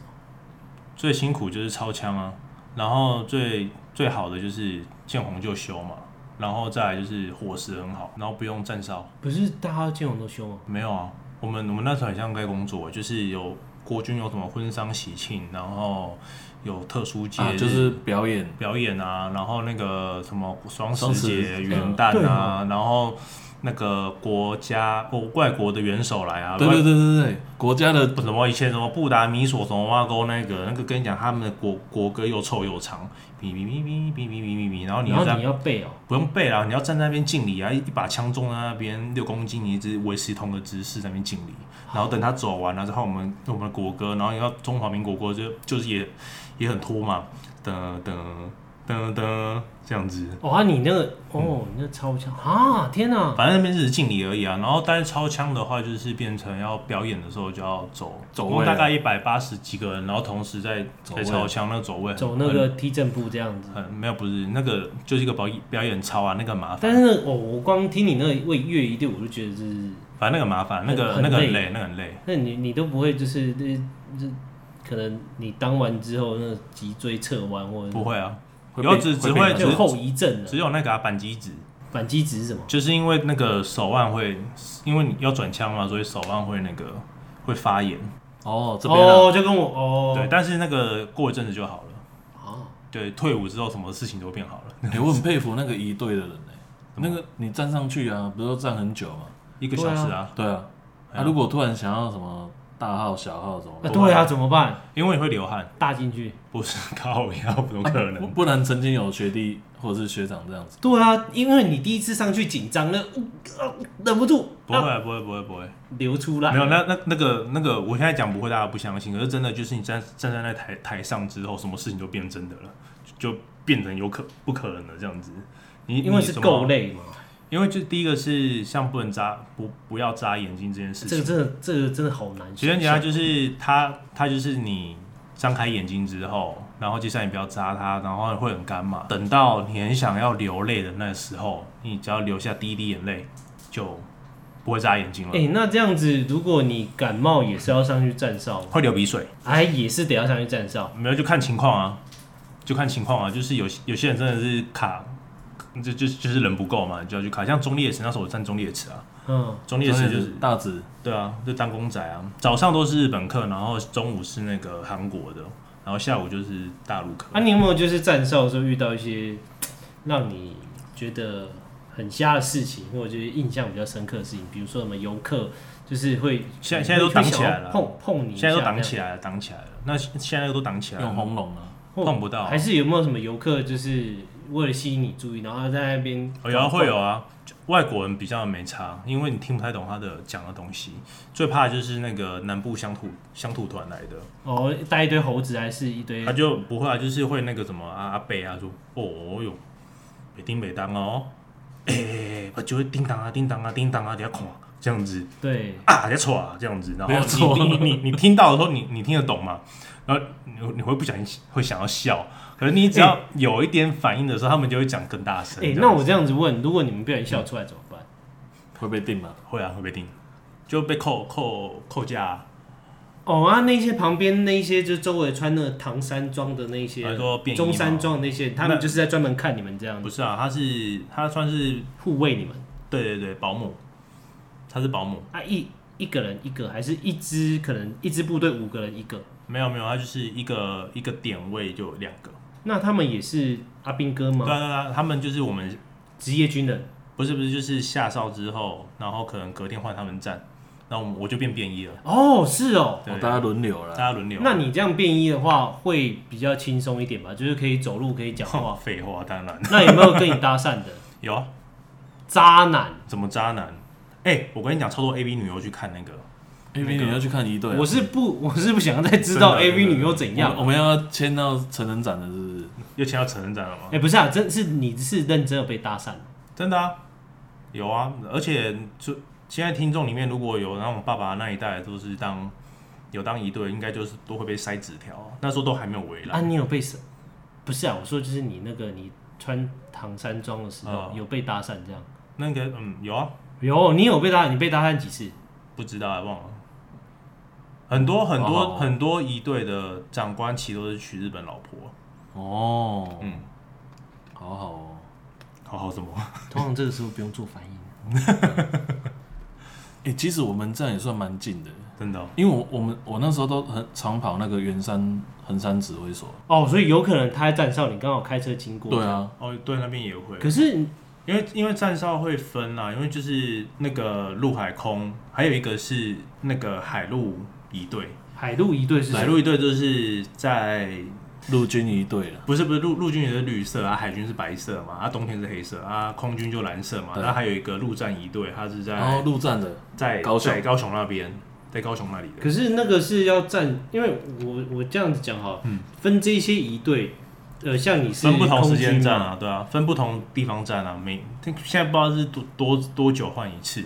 S2: 最辛苦就是超枪啊，然后最最好的就是见红就修嘛，然后再来就是伙食很好，然后不用站哨。
S3: 不是大家见红都修吗？
S2: 没有啊，我们我们那时候很像在工作，就是有国军有什么婚丧喜庆，然后有特殊节
S1: 啊，
S2: 日
S1: 就是表演，
S2: 表演啊，然后那个什么双
S1: 双
S2: 十
S1: 十
S2: 节、
S1: 嗯
S2: 元旦
S3: 对
S2: 啊
S3: 哦，
S2: 然后那个国家国外国的元首来啊，
S1: 对对对对对，国家的
S2: 不什么以前什么布达米索什么挖沟那个那个，跟你讲他们的国国歌又臭又长，哔哔哔哔哔哔哔哔哔，然后你
S3: 然
S2: 要
S3: 后
S2: 在
S3: 你要背哦、
S2: 不用背啦，你要站在那边敬礼啊，一一把枪中在那边六公斤，你一直维持同的姿势在那边敬礼，然后等他走完了之后，我们我们的国歌，然后你要中华民国歌就就是也也很拖嘛，等等噔噔这样子。
S3: 哦啊，你那个哦，你那超强啊！天哪，
S2: 反正那边只是敬礼而已啊，然后但是超枪的话，就是变成要表演的时候就要走
S1: 走
S2: 总
S1: 位
S2: 共
S3: 啊
S2: 大
S1: 了
S2: 概一百八十几个人，然后同时在
S1: 走
S2: 在
S1: 位
S2: 超枪那个走位很
S3: 走啊那个踢正步这样子。
S2: 很很没有不是那个就是一个表演表演操啊，那个麻
S3: 但
S2: 烦，
S3: 是那我、我光听你那个为乐一队，我就觉得就是，
S2: 反正那个麻烦，那个
S3: 很
S2: 那个
S3: 很
S2: 很
S3: 累
S2: 累，那个很累。
S3: 那你你都不会就是这这可能你当完之后那个脊椎侧弯或者
S2: 不会啊，
S1: 会
S2: 有
S1: 被
S2: 只只
S1: 被
S2: 会
S1: 拿
S3: 那
S1: 走
S3: 有后遗症了。
S2: 只有那个、啊、扳机指，
S3: 反击指是什么？
S2: 就是因为那个手腕会，因为你要转枪嘛，所以手腕会那个会发炎。
S1: 哦，这边啊
S3: 哦，就跟我哦，
S2: 对，但是那个过一阵子就好了。
S3: 啊，
S2: 对，退伍之后什么事情都变好了。
S1: 欸我很佩服那个一队的人呢、那个你站上去啊，不是都站很久吗？
S2: 一个小时啊，
S1: 对啊，
S2: 哎
S1: 啊，
S2: 呀
S1: 如果突然想要什么大号、小号怎么
S3: 那
S1: 办？
S3: 对啊，怎么办？
S2: 因为你会流汗，
S3: 大进去。
S2: 不是靠腰，怎么可
S1: 不
S2: 能？
S1: 不然曾经有学弟或者是学长这样子，
S3: 对啊，因为你第一次上去紧张，那、呃、忍不住啊
S2: 不会，不会，不会，不会，
S3: 流出来。
S2: 没有。那那那个那个，我现在讲不会，大家不相信。可是真的就是你站站在那台台上之后，什么事情都变真的了，就变成有可不可能的这样子。你嗯
S3: 因为是够，累嘛。
S2: 你什么因为就第一个是像不能扎不不要扎眼睛这件事
S3: 这
S2: 情
S3: 个。真的，这个真的好难想象。
S2: 其实人家就是它，它就是你张开眼睛之后，然后接下来你不要扎它，然后会很干嘛。等到你很想要流泪的那时候，你只要流下第一滴眼泪，就不会扎眼睛了，
S3: 哎、那这样子，如果你感冒也是要上去站哨吗，
S2: 会流鼻水。
S3: 哎，也是得要上去站哨。
S2: 没有就看情况啊，就看情况啊，就是有有些人真的是卡。就就就是人不够嘛，就要去卡。像中烈池那时候我站中烈池啊，
S3: 嗯，
S2: 中烈池就是
S1: 大直，
S2: 对啊，就当公仔啊。早上都是日本课，然后中午是那个韩国的，然后下午就是大陆课。
S3: 啊，你有没有就是站哨的时候遇到一些让你觉得很瞎的事情，或者就是印象比较深刻的事情？比如说什么游客，就是会
S2: 现在现在都
S3: 会
S2: 挡起来
S3: 想要
S2: 了，
S3: 碰碰你，
S2: 现在都挡起，来了，挡起来了。那现现在都挡起来
S1: 用
S2: 了，
S1: 红龙啊，
S3: 或
S2: 碰不到啊
S3: 哦还是有没有什么游客就是为了吸引你注意，然后在那边
S2: 哦有啊会有啊。外国人比较没差，因为你听不太懂他的讲的东西。最怕就是那个南部乡土乡土团来的，
S3: 哦带一堆猴子，还是一堆
S2: 他就不会啊，就是会那个什么啊阿贝啊说哦哟，北叮北当哦，哎、我就会叮当啊叮当啊叮当啊，你要看这样子。
S3: 对
S2: 啊，在错啊，这样子，然
S1: 不要
S2: 后
S1: 错
S2: 你你你你你听到的时候，你你听得懂吗？然后你你会不小心会想要笑，可是你只要有一点反应的时候，他们就会讲更大声。这
S3: 哎、
S2: 样
S3: 那我这样子问，如果你们不小心笑出来怎么办？
S1: 会被定吗？
S2: 会啊，会被定，就被扣扣扣价啊，
S3: 哦啊，那些旁边那些就周围穿那个唐山装的那些
S2: 还啊说便衣吗
S3: 中山装的那些，他们
S2: 那
S3: 就是在专门看你们这样
S2: 不
S3: 子
S2: 是啊，他是他算是
S3: 护卫你们
S2: 对对对保姆，他是保姆，
S3: 啊，一一个人一个，还是一支可能一支部队五个人一个，
S2: 没有没有，他就是一个一个点位就有两个，
S3: 那他们也是阿兵哥
S2: 对
S3: 吗？
S2: 啊对啊，他们就是我们
S3: 职业军人
S2: 不是不是就是下哨之后，然后可能隔天换他们站，那我们我就变便衣了，
S3: 哦，是哦。
S2: 对
S1: 哦，大家轮流
S2: 大
S1: 了，
S2: 家轮流。
S3: 那你这样便衣的话，会比较轻松一点吧？就是可以走路，可以讲话。
S2: 废话，当然
S3: 那有没有跟你搭讪的
S2: 有啊，
S3: 渣男？
S2: 怎么渣男？哎、我跟你讲，超多 A B 女优去看那个，
S1: 因为你要去看一队啊，
S3: 我是不，我是不想再知道
S2: 真
S3: A
S2: 的
S3: V 女优怎样
S1: 我。我们要签到成人展的，是不是？
S2: 又签到成人展了吗
S3: 哎、？不是啊，真是你是认真的被搭讪。
S2: 真的啊，有啊，而且就现在听众里面如果有那种爸爸那一代，都是当有当一对，应该就是都会被塞纸条啊，那时候都还没有围
S3: 啊，
S2: 栏。
S3: 你有被什？不是啊，我说就是你那个你穿唐山装的时候、
S2: 哦
S3: 有被搭讪这样。
S2: 那个嗯，有啊，
S3: 有，你有被搭，你被搭讪几次？
S2: 不知道啊，忘了。很多很多、
S1: 哦
S2: 很多一队的长官其实都是娶日本老婆，
S1: 哦，
S2: 嗯，
S1: 好好哦。
S2: 好好什么？
S3: 通常这个时候不用做反应。
S1: 哎，其实我们这样也算蛮近的，
S2: 真的哦、
S1: 因为我我们我那时候都很常跑那个圆山横山指挥所。
S3: 哦，所以有可能他在站哨，你刚好开车经过。
S1: 对。啊，
S2: 哦，对，那边也会。
S3: 可是
S2: 因为因为站哨会分啦、因为就是那个陆海空，还有一个是那个海陆一队。
S3: 海陆一队是
S2: 海
S3: 谁？
S2: 陆一队就是在
S1: 陆军一队啊了。
S2: 不是不是陆陆军也是绿色啊，海军是白色嘛，啊冬天是黑色啊，空军就蓝色嘛。
S1: 对
S2: 然后还有一个陆战一队，它是在、
S1: 然后陆战的，
S2: 在
S1: 高雄
S2: 在高雄那边，在高雄那里的。
S3: 可是那个是要站，因为我我这样子讲哈，分这些一队，呃，像你是
S2: 嗯分不同时
S3: 空
S2: 间
S3: 军
S2: 站
S3: 嘛，
S2: 啊，对啊，分不同地方站啊，每现在不知道是多多多久换一次，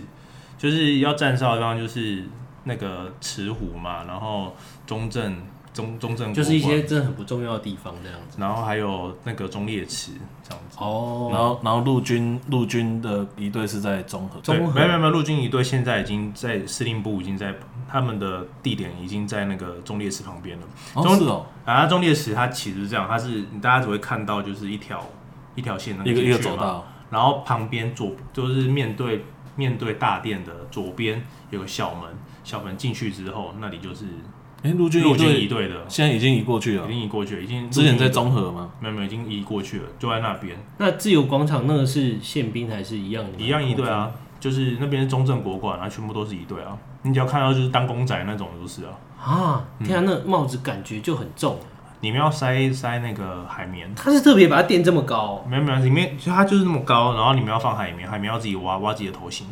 S2: 就是要站哨的地方就是那个池湖嘛，然后中正中中正
S3: 就是一
S2: 国
S3: 些
S2: 馆，
S3: 真的很不重要的地方这样子。
S2: 然后还有那个中烈池这样子。
S1: 然
S3: 哦，
S1: 后然后陆军陆军的一队是在中和，
S3: 中和
S2: 对，没有没有没有，陆军一队现在已经在司令部，已经在他们的地点已经在那个中烈池旁边了。
S1: 哦
S2: 中
S1: 是哦，
S2: 啊，中烈池它其实是这样，它是大家只会看到就是一条一条线那
S1: 一个一个
S2: 进去
S1: 走
S2: 嘛
S1: 道，
S2: 然后旁边左就是面对面对大殿的左边有个小门，小门进去之后，那里就是
S1: 哎，陆军
S2: 陆
S1: 一
S2: 军一
S1: 队
S2: 队哦的，
S1: 现在已经移过去了
S2: 已，经移过去了，已经
S1: 啊之前在
S2: 中
S1: 中和吗？
S2: 没有没有已经移过去了，就在那边
S3: 那自由广场那个是宪兵还是一样的吗？
S1: 嗯
S2: 一样一队啊，就是那边是中正国馆啊，全部都是一队啊，你只要看到就是当公仔那种就是啊，
S3: 啊！天啊，那帽子感觉就很重，
S2: 里面要塞塞那个海绵。
S3: 他是特别把它垫这么高哦
S2: 没有没有，里面就它就是那么高，然后里面要放海绵，海绵要自己挖挖自己的头型，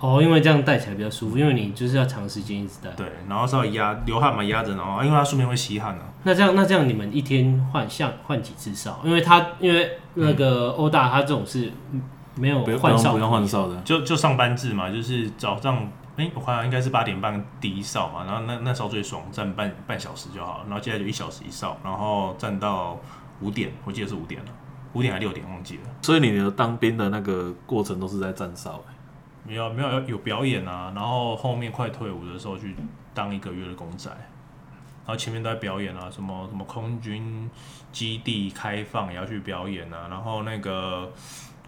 S3: 哦，因为这样戴起来比较舒服，因为你就是要长时间一直戴。
S2: 对，然后稍微压流汗嘛压着，然后因为它顺便会吸汗啊，
S3: 那这样，那这样你们一天换像换几次哨？因为他因为那个欧大他这种是嗯没有
S1: 不用不
S3: 换
S1: 用
S3: 哨，
S1: 不用换哨的，
S2: 就就上班制嘛，就是早上，哎、我看应该是八点半第一哨嘛，然后那那哨最爽，站半半小时就好，然后接下来就一小时一哨，然后站到五点，我记得是五点了，五点还六点忘记了，
S1: 所以你的当兵的那个过程都是在站哨欸，
S2: 没有没有有表演啊，然后后面快退伍的时候去当一个月的公仔，然后前面都在表演啊，什么什么空军基地开放也要去表演啊，然后那个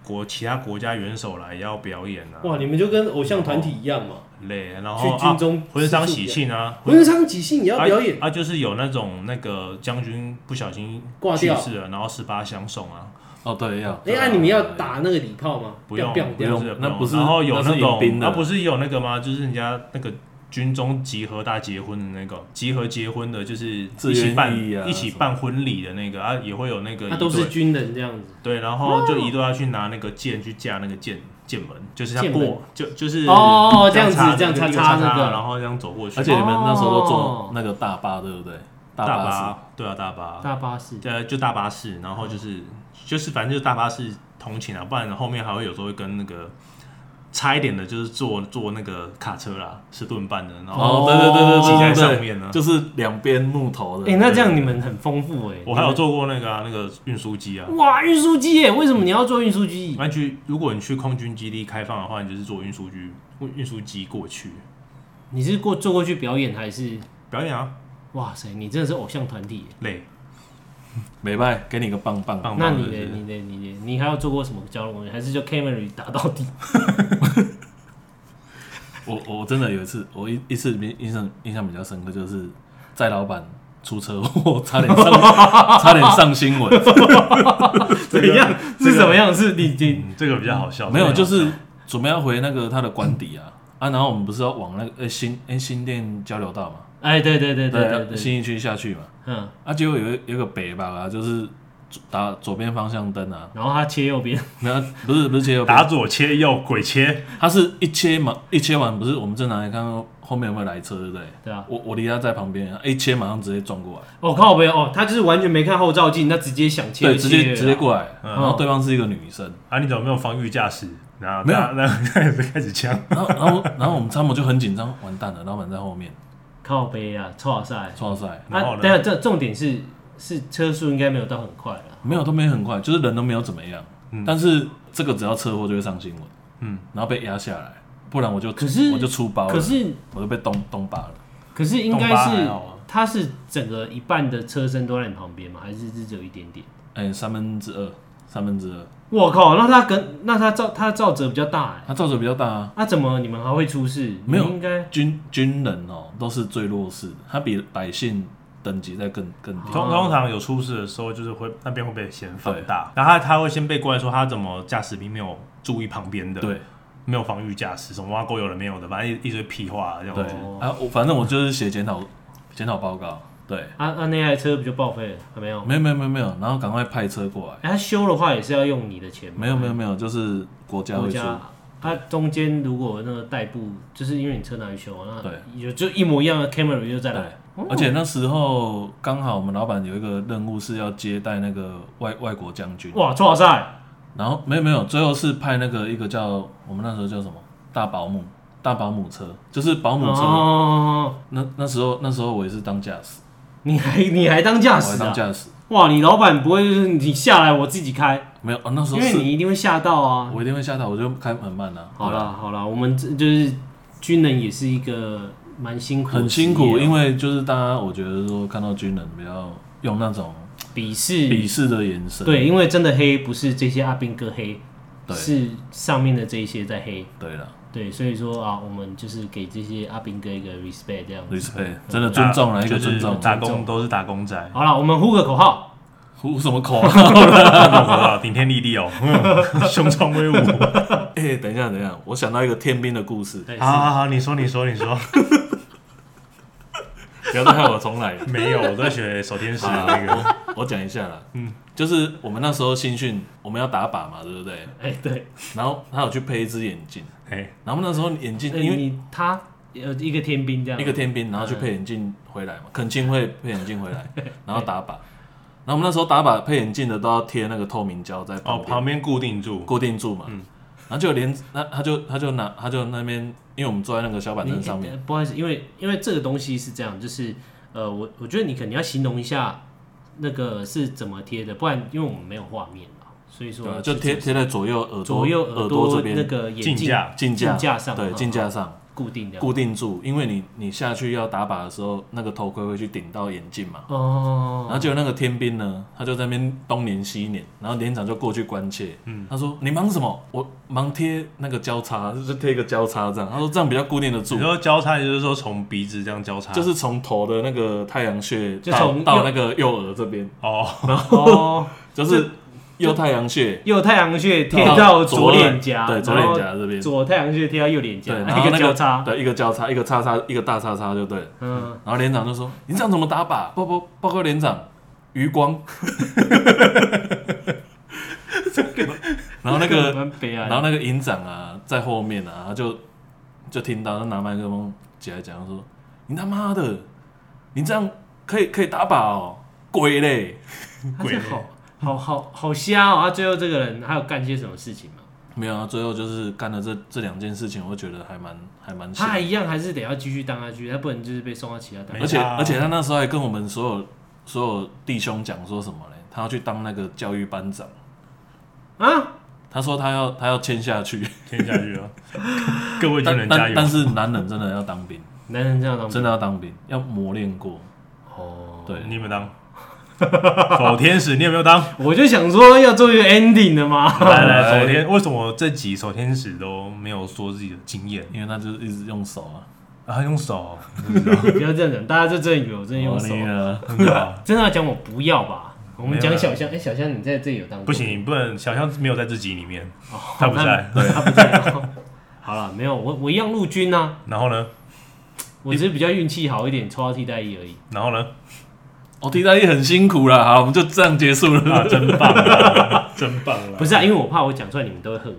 S2: 国其他国家元首来也要表演啊，哦
S3: 哇，你们就跟偶像团体一样嘛，
S2: 很累，然后
S3: 去军
S2: 啊
S3: 中
S2: 婚丧喜，庆啊，
S3: 婚丧喜庆也要
S2: 啊
S3: 表演，哎
S2: 啊，就是有那种那个将军不小心
S3: 挂
S2: 去
S3: 掉
S2: 世了，然后十八相送啊，
S1: 哦对要，
S3: 哎，那你们要打那个礼炮吗？
S2: 不用
S3: ，biang biang
S1: 不用
S3: biang
S2: 是
S1: 那不是
S2: 然后有
S1: 那是迎
S2: 种
S1: 宾的
S2: 啊不是有那个吗？就是人家那个军中集合大结婚的那个集合结婚的，就是
S1: 自
S2: 一
S1: 愿
S2: 起办、
S1: 意啊
S2: 一起办婚礼的那个啊，也会有那个
S3: 那
S2: 一
S3: 都是哦
S2: 队
S3: 军人这样子。
S2: 对，然后就一队要去拿那个剑去架那个剑剑门，就是他
S3: 剑门
S2: 过就就是
S3: 哦哦哦这样子
S2: 插
S3: 这样
S2: 那
S3: 插
S2: 个
S3: 插
S2: 插
S3: 那个
S2: 然后这样走过去，
S1: 而且你们那时候都
S3: 哦
S1: 坐那个大巴对不对？
S2: 大
S1: 巴士
S2: 巴对啊大巴
S3: 大巴士，
S2: 呃，就大巴士，然后就是就是反正就是大巴士通勤啊，不然后面还会有时候会跟那个差一点的，就是坐坐那个卡车啦，是盾半的，然
S1: 哦
S2: 后
S1: 对对对对
S2: 挤在
S1: 对对
S2: 上面呢
S1: 就是两边木头的
S3: 哎，，那这样你们很丰富哎。
S2: 我还有坐过那个、啊、那个运输机啊。
S3: 哇运输机耶，为什么你要做运输机？
S2: 那去如果你去空军基地开放的话，你就是坐运输机运输机过去
S3: 你是过坐过去表演还是？
S2: 表演啊，
S3: 哇塞，你真的是偶像团体耶。
S2: 累
S1: 没办法，给你个棒棒。
S2: 棒
S3: 那
S2: 棒的
S3: 你嘞
S2: 是，
S3: 你嘞，你嘞，你还要做过什么交通工具？还是就 Camry 打到底？
S1: 我我真的有一次，我一一次比印象印象比较深刻，就是在老板出车祸， 差点 上差点上新闻。
S3: 怎样？是什么样？是你你
S2: 嗯这个比较好笑。
S1: 没有，
S2: 这
S1: 就
S2: 个比较好
S1: 是准备要回那个他的官邸啊啊，然后我们不是要往那个呃新诶新店交流道嘛，
S3: 哎，对对对对对对，
S1: 新一区下去嘛，
S3: 嗯，
S1: 啊，结果有一有一个北吧啊，就是打左边方向灯啊，
S3: 然后他切右边，
S1: 然后不是不是切右
S2: 打
S1: 边，
S2: 左切右鬼切，
S1: 他是一切嘛一切完不是我们正常来看后面有没有来车对不对？
S3: 对啊，
S1: 我我离他在旁边，啊一切马上直接撞过来。
S3: 我靠没有哦，他就是完全没看后照镜，他直接想切，
S1: 对，直接直接，过来，
S2: 嗯
S1: 然后对方是一个女生，
S2: 啊，你怎么没有防御驾驶？然后
S1: 没有啊
S2: 大家， 然后开始枪。
S1: 然后然后然后我们参谋就很紧张，完蛋了，老板在后面，
S3: 靠背啊，错赛，
S1: 哇塞，
S2: 然后
S3: 啊，
S2: 呢
S3: 等下这重点是是车速应该没有到很快啊了，
S1: 没有都没很快，就是人都没有怎么样，
S3: 嗯
S1: 但是这个只要车祸就会上新闻，
S2: 嗯，
S1: 然后被压下来，不然我就
S3: 可是
S1: 我就出包了，
S3: 可是
S1: 我就被东东拔了，
S3: 可是应
S2: 东
S3: 该
S2: 巴还
S3: 是
S2: 好啊
S3: 他是整个一半的车身都在你旁边吗？还是是只有一点点？
S1: 哎，三分之二，三分之二，
S3: 我靠，那他跟那他照他照折比较大哎，
S1: 他造者比较大啊，
S3: 那怎么你们还会出事？
S1: 没有
S3: 你们应该
S1: 军军人哦都是最弱势的，他比百姓等级在更更低，
S2: 通
S3: 哦
S2: 通常有出事的时候，就是会那边会被嫌放大，然后他他会先被过来说他怎么驾驶兵没有注意旁边的，，
S1: 对
S2: 没有防御驾驶，什么挖沟有人没有的，反正一一堆屁话这样
S1: 对
S2: 子。
S3: 哦
S1: 啊，我反正我就是写检讨检讨报告，对。
S3: 啊啊那台车不就报废了？啊没有，
S1: 没有没有没有没有，然后赶快派车过来。
S3: 哎，他修的话也是要用你的钱吗？
S1: 没有没有没有，就是国家
S3: 国
S1: 会出。
S3: 家。它中间如果那个代步，就是因为你车拿去修，那
S1: 对
S3: 有就一模一样的 Camry 又再来，
S1: 对，而且那时候刚好我们老板有一个任务是要接待那个外外国将军，
S3: 哇，哇塞，
S1: 然后没有没有，最后是派那个一个叫我们那时候叫什么大保姆，大保姆车，就是保姆车。
S3: 哦，
S1: 那那时候那时候我也是当驾驶，
S3: 你还你还当驾
S1: 我还
S3: 驶
S1: 当
S3: 啊？
S1: 驾驶，
S3: 哇，你老板不会就是你下来我自己开，
S1: 没有啊、那时
S3: 因
S1: 候
S3: 为
S1: 是
S3: 你一定会吓到啊。
S1: 我一定会吓到，我就开很慢啊。
S3: 好
S1: 对啊，
S3: 啦好啦，我们这就是军人也是一个蛮辛苦的职业啊，
S1: 很辛苦，因为就是大家我觉得说看到军人比较用那种
S3: 鄙视
S1: 鄙视的眼神，
S3: 对，因为真的黑不是这些阿兵哥黑，
S1: 对
S3: 是上面的这一些在黑。
S1: 对了
S3: 对，所以说啊，我们就是给这些阿兵哥一个 respect 这样子。
S1: ，respect 真的尊重了啊一
S2: 就
S1: 个
S2: 是
S1: 尊重，
S2: 打工都是打工仔，
S3: 好了，我们呼个口号，
S1: 呼什么口 啊？
S2: 顶天 立地哦，嗯雄壮威武。
S1: 哎、等一下等一下，我想到一个天兵的故事，
S3: 对，
S2: 好好好，你说你说你说，
S1: 不要再害我重来了。
S2: 没有，我在学守天使的
S1: 啊
S2: 那个，
S1: 我讲一下啦， 嗯，就是我们那时候新训，我们要打靶嘛，对不对？
S3: 哎、对，
S1: 然后他有去配一只眼镜，
S2: 哎，
S1: 然后那时候眼镜
S3: 呃
S1: 因为
S3: 你他呃一个天兵这样，
S1: 一个天兵，然后去配眼镜回来嘛，恳亲会配眼镜回来，
S3: 嗯
S1: 然后打靶。然后我们那时候打靶配眼镜的都要贴那个透明胶在
S2: 哦，
S1: 旁边
S2: 旁边固定住，
S1: 固定住嘛，
S3: 嗯
S1: 然后就连那他就他就拿他就那边，因为我们坐在那个小板
S3: 你
S1: 凳上面，
S3: 呃不好意思，因为因为这个东西是这样，就是呃，我我觉得你肯定要形容一下那个是怎么贴的，不然因为我们没有画面嘛，所以
S1: 对啊
S3: 说
S1: 就贴贴在左右耳朵
S3: 左右
S1: 耳
S3: 朵
S1: 这
S3: 那
S1: 边
S3: 个眼
S2: 镜
S3: 镜
S2: 架
S1: 镜架
S3: 镜架上
S1: 对
S3: 嗯
S1: 镜架上
S3: 固定的
S1: 固定住，因为你你下去要打靶的时候，那个头盔会去顶到眼镜嘛。然
S3: 哦
S1: 后，结果那个天兵呢，他就在那边东撵西撵，然后连长就过去关切，
S3: 嗯
S1: 他说你忙什么？我忙贴那个交叉，就是贴一个交叉这样。他说这样比较固定的住
S2: 你，说交叉，也就是说从鼻子这样交叉，
S1: 就是从头的那个太阳穴
S3: 就
S1: 到
S3: 从
S1: 到
S3: 右
S1: 那个右耳这边，
S2: 哦，
S3: 哦，
S1: 就是右太阳穴
S3: 右太阳穴贴到左脸颊，
S1: 对左
S3: 然
S1: 脸
S3: 后
S1: 颊这边，
S3: 左太阳穴贴到右脸颊，
S1: 对，然后那
S3: 一个交叉，
S1: 对，一个交叉，一个叉叉，一个大叉叉就对了。
S3: 嗯，
S1: 然后连长就说：“你这样怎么打靶？”报报报告连长，余光。然后那个
S3: 蛮悲哀
S1: 然后那个营长啊，在后面啊，他就就听到他拿麦克风起来讲说：“你他妈的，你这样可以可以打靶哦，鬼嘞
S3: 他这
S2: 鬼
S3: 好好好好瞎哦，他最后这个人还有干些什么事情吗？！”
S1: 没有啊，最后就是干了这这两件事情，我觉得还蛮还蛮
S3: 他还
S1: 吓。
S3: 一样还是得要继续当下去，他不能就是被送到其他单
S2: 没
S3: 位
S1: 而。且
S2: 差啊
S1: 而且他那时候还跟我们所有所有弟兄讲说什么嘞？他要去当那个教育班长，
S3: 啊，
S1: 他说他要他要签下去，
S2: 听下去 了，各位军
S1: 但
S2: 人加
S1: 但
S2: 油
S1: 但！是男人真的要当兵，
S3: 男人这样当
S1: 真的要当兵，要磨练过。
S3: 哦，
S1: 对，
S2: 你有没有当？ 守天使，你有没有当？
S3: 我就想说要做一个 ending 的嘛，
S2: 来来，守天，为什么这集守天使都没有说自己的经验？
S1: 因为他就是一直用手啊，
S2: 啊，用手，
S3: 不要这样讲，大家就真的以为我
S2: 哎
S3: 真的用手
S1: 磨，练啊
S2: 真的哦 啊
S3: 真的要讲我不要吧？我
S2: 没
S3: 们
S2: 有
S3: 讲
S2: 啦
S3: 小香，哎，小香你在这里有当过
S2: 不行，不能想象没有在这集里面，他不在。
S3: 对，他不在。好了，没有我我一样陆军啊，
S2: 然后呢？
S3: 我只是比较运气好一点，抽到替代役而已。
S2: 然后呢？
S1: 我哦替代役很辛苦啦， 好，我们就这样结束了。
S2: 啊，真棒啊， 真棒啊！
S3: 不是啊，因为我怕我讲出来你们都会恨我。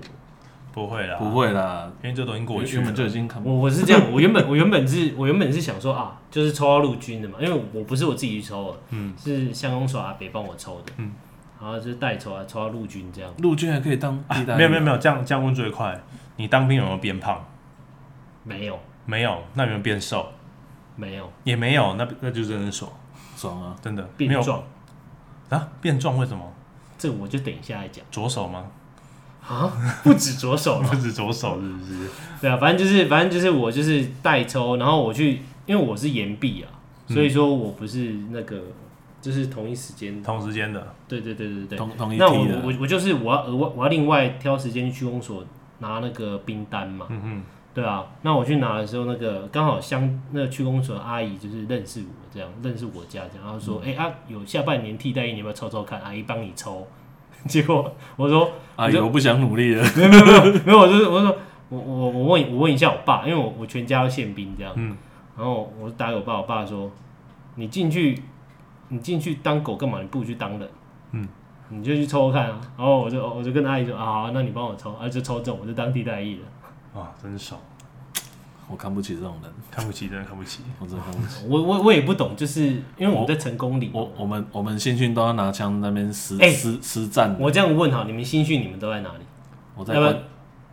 S2: 不会啦，
S1: 不会啦，
S2: 因为这都已经过
S1: 我
S2: 去
S1: 原本就
S2: 了。
S1: 已经看不
S3: 我我是 这样，我原本我原本是我原本是想说啊，就是抽到陆军的嘛，因为我不是我自己去抽的，嗯，是相公所阿北帮我抽的，嗯，然后就是代抽啊，抽到陆军这样。
S1: 陆军还可以当替代役、
S2: 啊没有没有没有，这样这样问最快。你当兵有没有变胖？
S3: 没有
S2: 没有，那有没有变瘦？
S3: 没有
S2: 也没有，那那就真的爽，
S1: 爽啊！
S2: 真的没
S3: 变
S2: 有
S3: 壮，
S2: 啊？变壮为什么？
S3: 这我就等一下来讲
S2: 左手 吗？
S3: 啊，不止左手了
S2: 不，是左手，是不是？
S3: 对啊，反正就是反正就是我就是代抽，然后我去，因为我是延毕啊，所
S1: 嗯
S3: 以说我不是那个就是同一时间，
S2: 同时间的，
S3: 对对对对对，
S1: 同同一
S3: 那我
S1: 梯的，
S3: 我我就是我要额外我要另外挑时间去区公所拿那个冰单嘛，嗯嗯，对啊，那我去拿的时候，那个刚好乡那个区公所的阿姨就是认识我这样，认识我家这样，然后说，
S1: 嗯
S3: 哎、啊，有下半年替代役，你要不要抽抽看？阿姨帮你抽。结果我说
S1: 阿姨，哎我不想努力了。
S3: 没有没有没有 没有，我就是我就说我我我问我问一下我爸，因为我我全家都宪兵这样，
S2: 嗯
S3: 然后我就打给我爸，我爸说你进去你进去当狗干嘛？你不如去当人，
S2: 嗯，
S3: 你就去抽抽看啊。然后我就我就跟阿姨说啊，好啊那你帮我抽，啊就抽中，我就当替代役了。
S2: 啊，真爽。
S1: 我看不起这种人，
S2: 看不起，真的看不起。
S1: 我真的看不起。
S3: 我我我也不懂，就是因为我们在成功里，
S1: 我我们我们新训都要拿枪在那边实
S3: 哎
S1: 实实战的，
S3: 我这样问好，你们新训你们都在哪里？
S1: 我在
S3: 要不然
S1: 关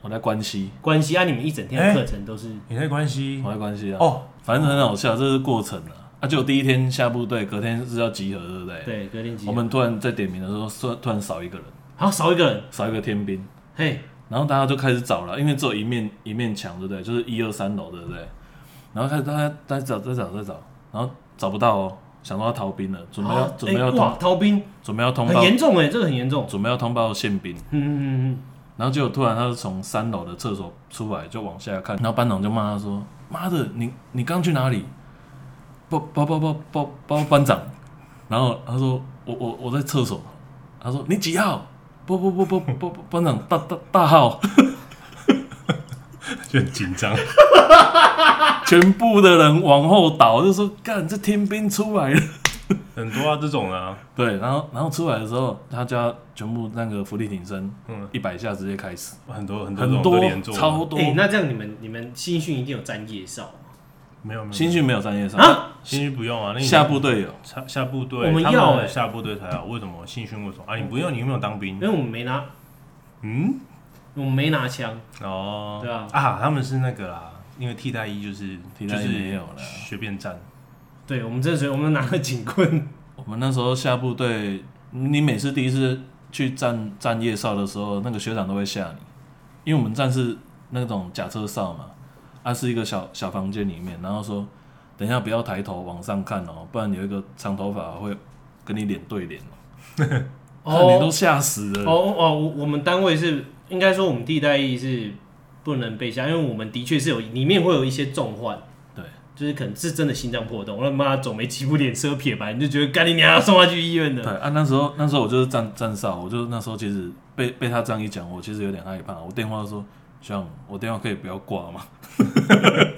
S1: 我在关西，
S3: 关系啊，你们一整天
S1: 哎
S3: 的课程都是
S2: 你在关系
S1: 我在关西啊。
S2: 哦，
S1: 反正很好笑，这是过程啊。啊，就第一天下部队，隔天是要集合，对不对？。
S3: 对隔天集合，
S1: 我们突然在点名的时候，突然突然少一个人，
S3: 好少一个人，
S1: 少一个天兵，
S3: 嘿，
S1: 然后大家就开始找了，因为只有一面一面墙，对不对？就是一二三楼，对不对？然后开始大家大家找，在找，在找，然后找不到哦，想说要逃兵了，准备要
S3: 啊
S1: 准备要
S3: 哎哇
S1: 通
S3: 逃兵，
S1: 准备要通
S3: 很
S1: 报，
S3: 严重哎，这个很严重，
S1: 准备要通报宪兵，
S3: 嗯嗯
S1: 然后结果突然他就从三楼的厕所出来，就往下看，然后班长就骂他说：“妈的，你你刚去哪里？包包包包包包班长。”然后他说：“我我我在厕所。”他说：“你几号？”不不不不不，不班长大大大号，
S2: 就很紧张。
S1: 全部的人往后倒，就说：“干，这天兵出来了。”
S2: 很多啊，这种的啊，
S1: 对，然后然后出来的时候，他家全部那个伏地挺身
S2: 嗯，
S1: 一百下直接开始，
S2: 很多很多这
S1: 很
S2: 种都
S1: 多
S2: 连坐的，
S1: 超多
S3: 嗯，。哎，那这样你们你们新训一定有站夜哨吗
S2: 没有没有
S1: 新训没有专业上，
S3: 啊？
S2: 新训不用啊，那你
S1: 下部队有，
S2: 下下部队，
S3: 我们
S2: 他
S3: 要
S2: 们
S3: 欸
S2: 下部队才好。为什么新训为什么啊？你不用，你有没有当兵
S3: 因？为我们没拿，
S2: 嗯，
S3: 我们没拿枪，
S2: 哦，
S3: 对啊
S2: 啊，他们是那个啦，因为替代役就是
S1: 替代役
S2: 就是
S1: 没有啦
S2: 学便站，
S3: 对我们这时候我们拿了警棍，
S1: 我们那时候下部队，你每次第一次去站站夜哨的时候，那个学长都会吓你，因为我们站是那种假车哨嘛，啊是一个小小房间里面，然后说等一下不要抬头往上看哦，不然有一个长头发会跟你脸对脸哦，看 你都吓死
S3: 哦
S1: 了。
S3: 哦，我我们单位是应该说我们地带役是不能被下，因为我们的确是有里面会有一些重患，
S1: 对，
S3: 就是可能是真的心脏破洞，那妈走没几步脸色撇白，你就觉得干你娘要送他去医院
S1: 对
S3: 的。
S1: 啊，那时候那时候我就是站站哨，我就那时候其实被被他这样一讲，我其实有点害怕。我电话说，像我电话可以不要挂吗？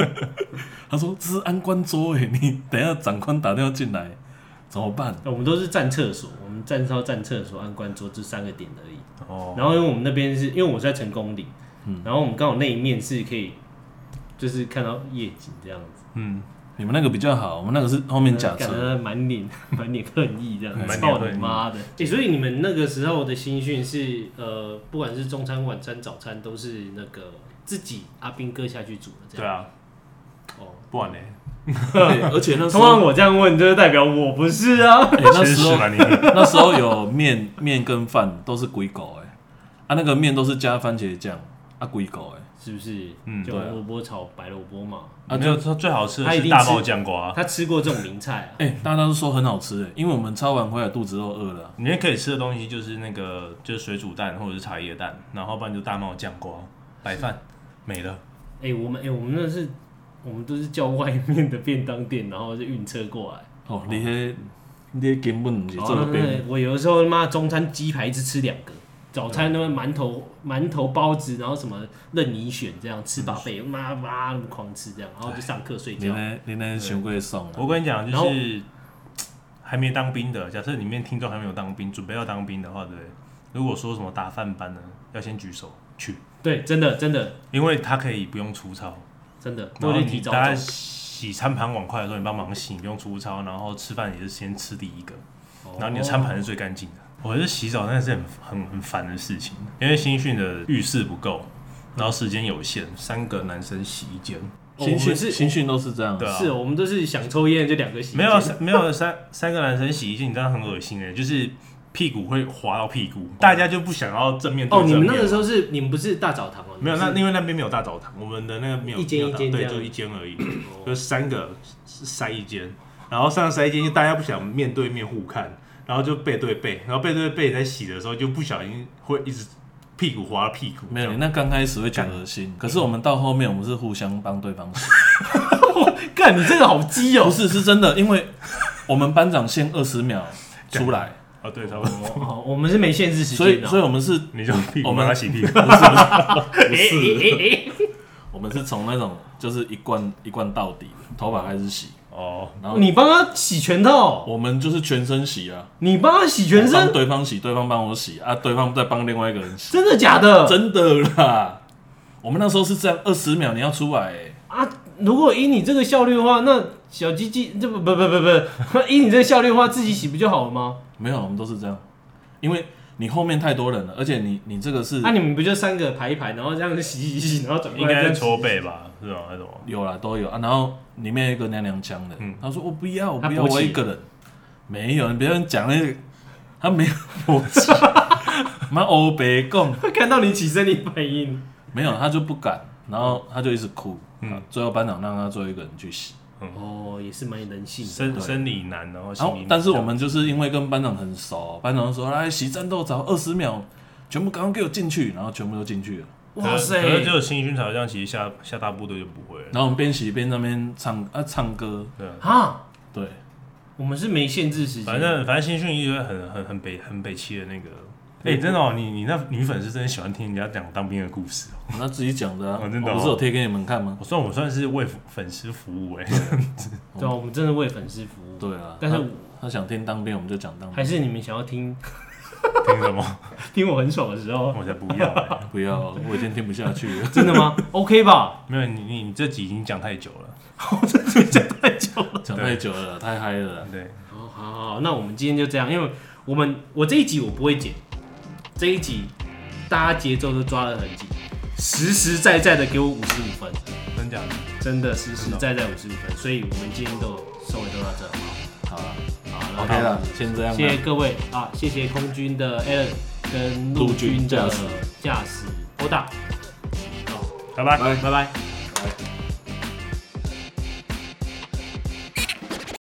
S1: 他说这是安官桌诶，你等一下长官打电话进来怎么办？
S3: 哦我们都是站厕所，我们站哨站厕所按关桌这三个点而已。
S2: 哦，
S3: 然后因为我们那边是因为我在成功里，然后我们刚好那一面是可以，就是看到夜景这样子，
S2: 嗯，
S1: 你们那个比较好，我们那个是后面假
S3: 感
S1: 车，
S3: 觉满 脸满脸恨意这样
S2: 满，脸
S3: 操
S2: 恨
S3: 你
S2: 意
S3: 妈的！哎，所以你们那个时候的新训是呃，不管是中餐、晚餐、早餐都是那个自己阿兵哥下去煮的这
S2: 对
S3: 样。
S2: 啊，
S3: 哦，
S2: 不然呢？
S1: 对而且那时
S3: 通常
S1: 候、
S3: 我这样问，就是代表我不是啊。
S1: 哎那
S2: 其
S1: 时
S2: 实
S1: 候
S2: 蛮厉害，
S1: 那时候有面面跟饭都是鬼狗诶，啊那个面都是加番茄酱啊鬼狗诶，
S3: 是不是？
S2: 嗯
S3: 就
S1: 对啊
S3: 红萝卜炒白萝卜嘛。
S1: 啊
S2: 啊，
S1: 就
S2: 就他最好吃
S3: 他
S2: 的
S3: 一定
S2: 是大
S3: 吃
S2: 爆酱瓜，
S3: 他吃过这种名菜啊，
S1: 哎、大家都说很好吃诶，欸因为我们超完回来肚子都饿了啊、
S2: 里面可以吃的东西就是那个就是水煮蛋或者是茶叶蛋，然后不然就大冒酱瓜白饭没了。
S3: 哎、我们哎、我们那是，我们都是叫外面的便当店，然后就运车过来。
S1: 哦，你迄你迄根本毋是做
S3: 哦那
S1: 兵，
S3: 那我有的时候他妈中餐鸡排一次吃两个，早餐他妈馒头馒头包子，然后什么任你选这样吃八
S2: 嗯
S3: 倍，妈妈那么狂吃这样，然后就上课睡
S1: 你
S3: 觉。
S1: 呢你呢伤过爽
S2: 我
S1: 啊！
S2: 跟你讲，
S3: 嗯然
S2: 就
S3: 后
S2: 是还没当兵的，假设里面听众还没有当兵，准备要当兵的话，对不对？如果说什么打饭班呢，要先举手去，
S3: 对，真的真的
S2: 因为他可以不用出操，
S3: 真的，
S2: 然
S3: 我
S2: 后
S3: 就
S2: 你
S3: 提早
S2: 大家
S3: 走。
S2: 洗餐盘碗筷的时候，你帮忙洗，你不用出操，然后吃饭也是先吃第一个，
S3: 哦
S2: 然后你的餐盘是最干净的。我觉得洗澡那是很很很烦的事情，因为新训的浴室不够，然后时间有限，三个男生洗一间，
S3: 哦
S1: 新
S3: 我
S1: 训
S3: 们是哦
S1: 新训都是这样，
S2: 对啊，
S3: 是我们都是想抽烟就两个洗，
S2: 没有啊三没有三三个男生洗衣机，你这样很恶心的，欸就是屁股会滑到屁股，大家就不想要正面对
S3: 哦，你
S2: 正
S3: 们
S2: 面
S3: 那个时候是你们不是大澡堂
S2: 啊
S3: 哦？
S2: 没有，
S3: 你们
S2: 那
S3: 是
S2: 因为那边没有大澡堂，我们的那个没有
S3: 一间
S2: 没有大
S3: 一间这
S2: 对，
S3: 样
S2: 就一间而已，
S3: 哦
S2: 就三个塞一间，然后上塞一间，就大家不想面对面互看，然后就背对背，然后背对背在洗的时候就不小心会一直屁股滑到屁股，
S1: 没
S2: 这
S1: 有，
S2: 样
S1: 那刚开始会觉得恶心，可是我们到后面我们是互相帮对方洗，
S3: 干你这个好鸡
S1: 不
S3: 哦！
S1: 是是真的，因为我们班长限二十秒出来，
S2: 哦对，差不多，
S3: 哦，我们是没限制时
S1: 所以
S3: 间哦的。
S1: 所以我们是
S2: 你就屁
S1: 我
S2: 股
S1: 们
S2: 帮他洗屁股，
S3: 哎哎哎
S1: 我们是从那种就是一罐一罐到底的，头发开始洗，
S2: 哦，
S1: 然
S3: 哎，
S1: 后
S3: 你帮他洗全套，
S1: 我们就是全身洗啊，
S3: 你帮他洗全
S1: 我帮
S3: 身，
S1: 对方洗，对方帮我洗啊，对方再帮另外一个人洗，
S3: 真的假的？
S1: 真的啦，我们那时候是这样，二十秒你要出来欸。
S3: 啊，如果以你这个效率的话，那小鸡鸡这不不不不不，以你这个效率的话，自己洗不就好了吗？
S1: 没有，我们都是这样，因为你后面太多人了，而且你你这个是
S3: 那、啊你们不就三个排一排，然后这样洗洗洗，然后转过
S2: 应
S3: 来
S2: 该是
S3: 这样洗
S2: 搓背吧，是吧？还是什么？
S1: 有啦，都有啊。然后里面有一个娘娘腔的，
S2: 嗯
S1: 他说我不要，我
S3: 他
S1: 不要，
S3: 勃起
S1: 我一个人。没有，你不要讲那个，他没有逻 辑，妈欧北共
S3: 他看到你起身，你反应。
S1: 没有，他就不敢，然后他就一直哭。
S2: 嗯
S1: 啊最后班长让他最后一个人去洗。
S3: 哦，也是蛮人性的。
S2: 生生理男，然后心
S1: 然后
S2: 理，
S1: 但是我们就是因为跟班长很
S3: 嗯
S1: 熟，啊班长说来洗战斗澡二十秒，全部赶快给我进去，然后全部都进去了。
S3: 哇塞
S2: 可！是只有新训才有这样，其实下下大部队就不会了。
S1: 然后我们边洗边在那边唱啊唱歌，
S2: 对啊，
S3: 啊，
S1: 对，
S3: 我们是没限制时间，
S2: 反正反正新训一直很很很北很北气的那个。哎、真的哦，你你那女粉丝真的喜欢听人家讲当兵的故事哦。
S1: 他自己讲的啊，
S2: 哦真的哦
S1: 我不是有贴给你们看吗？
S2: 我算哦我算是为粉粉丝服务 哎、
S3: 对啊，我们真的为粉丝服务。
S1: 对啊，
S3: 但是
S1: 他
S3: 我
S1: 他想听当兵，我们就讲当
S3: 还
S1: 兵，
S3: 是你们想要听
S2: 听什么？
S3: 听我很爽的时候，。
S2: 我才不要、欸！
S1: 不要，我已经听不下去了
S3: 真的吗 ？OK 吧？
S2: 没有你你你这集已经讲太久了，
S1: 讲太久了，太嗨了。
S2: 对，
S3: 好好好，那我们今天就这样，因为我们我这一集我不会剪，这一集大家节奏都抓得很紧，实实在在的给我五十五分，
S2: 真假的？
S3: 真的实实在在五十五分，所以我们今天都收尾都到这，好
S1: 好了
S3: 好那
S1: ，OK 了，先这样
S3: 谢谢
S1: 啦。
S3: 各位啊，谢谢空军的 Alan 跟陆军的
S1: 陆军驾驶
S3: 驾驶欧大，
S2: 拜拜。
S3: 拜拜。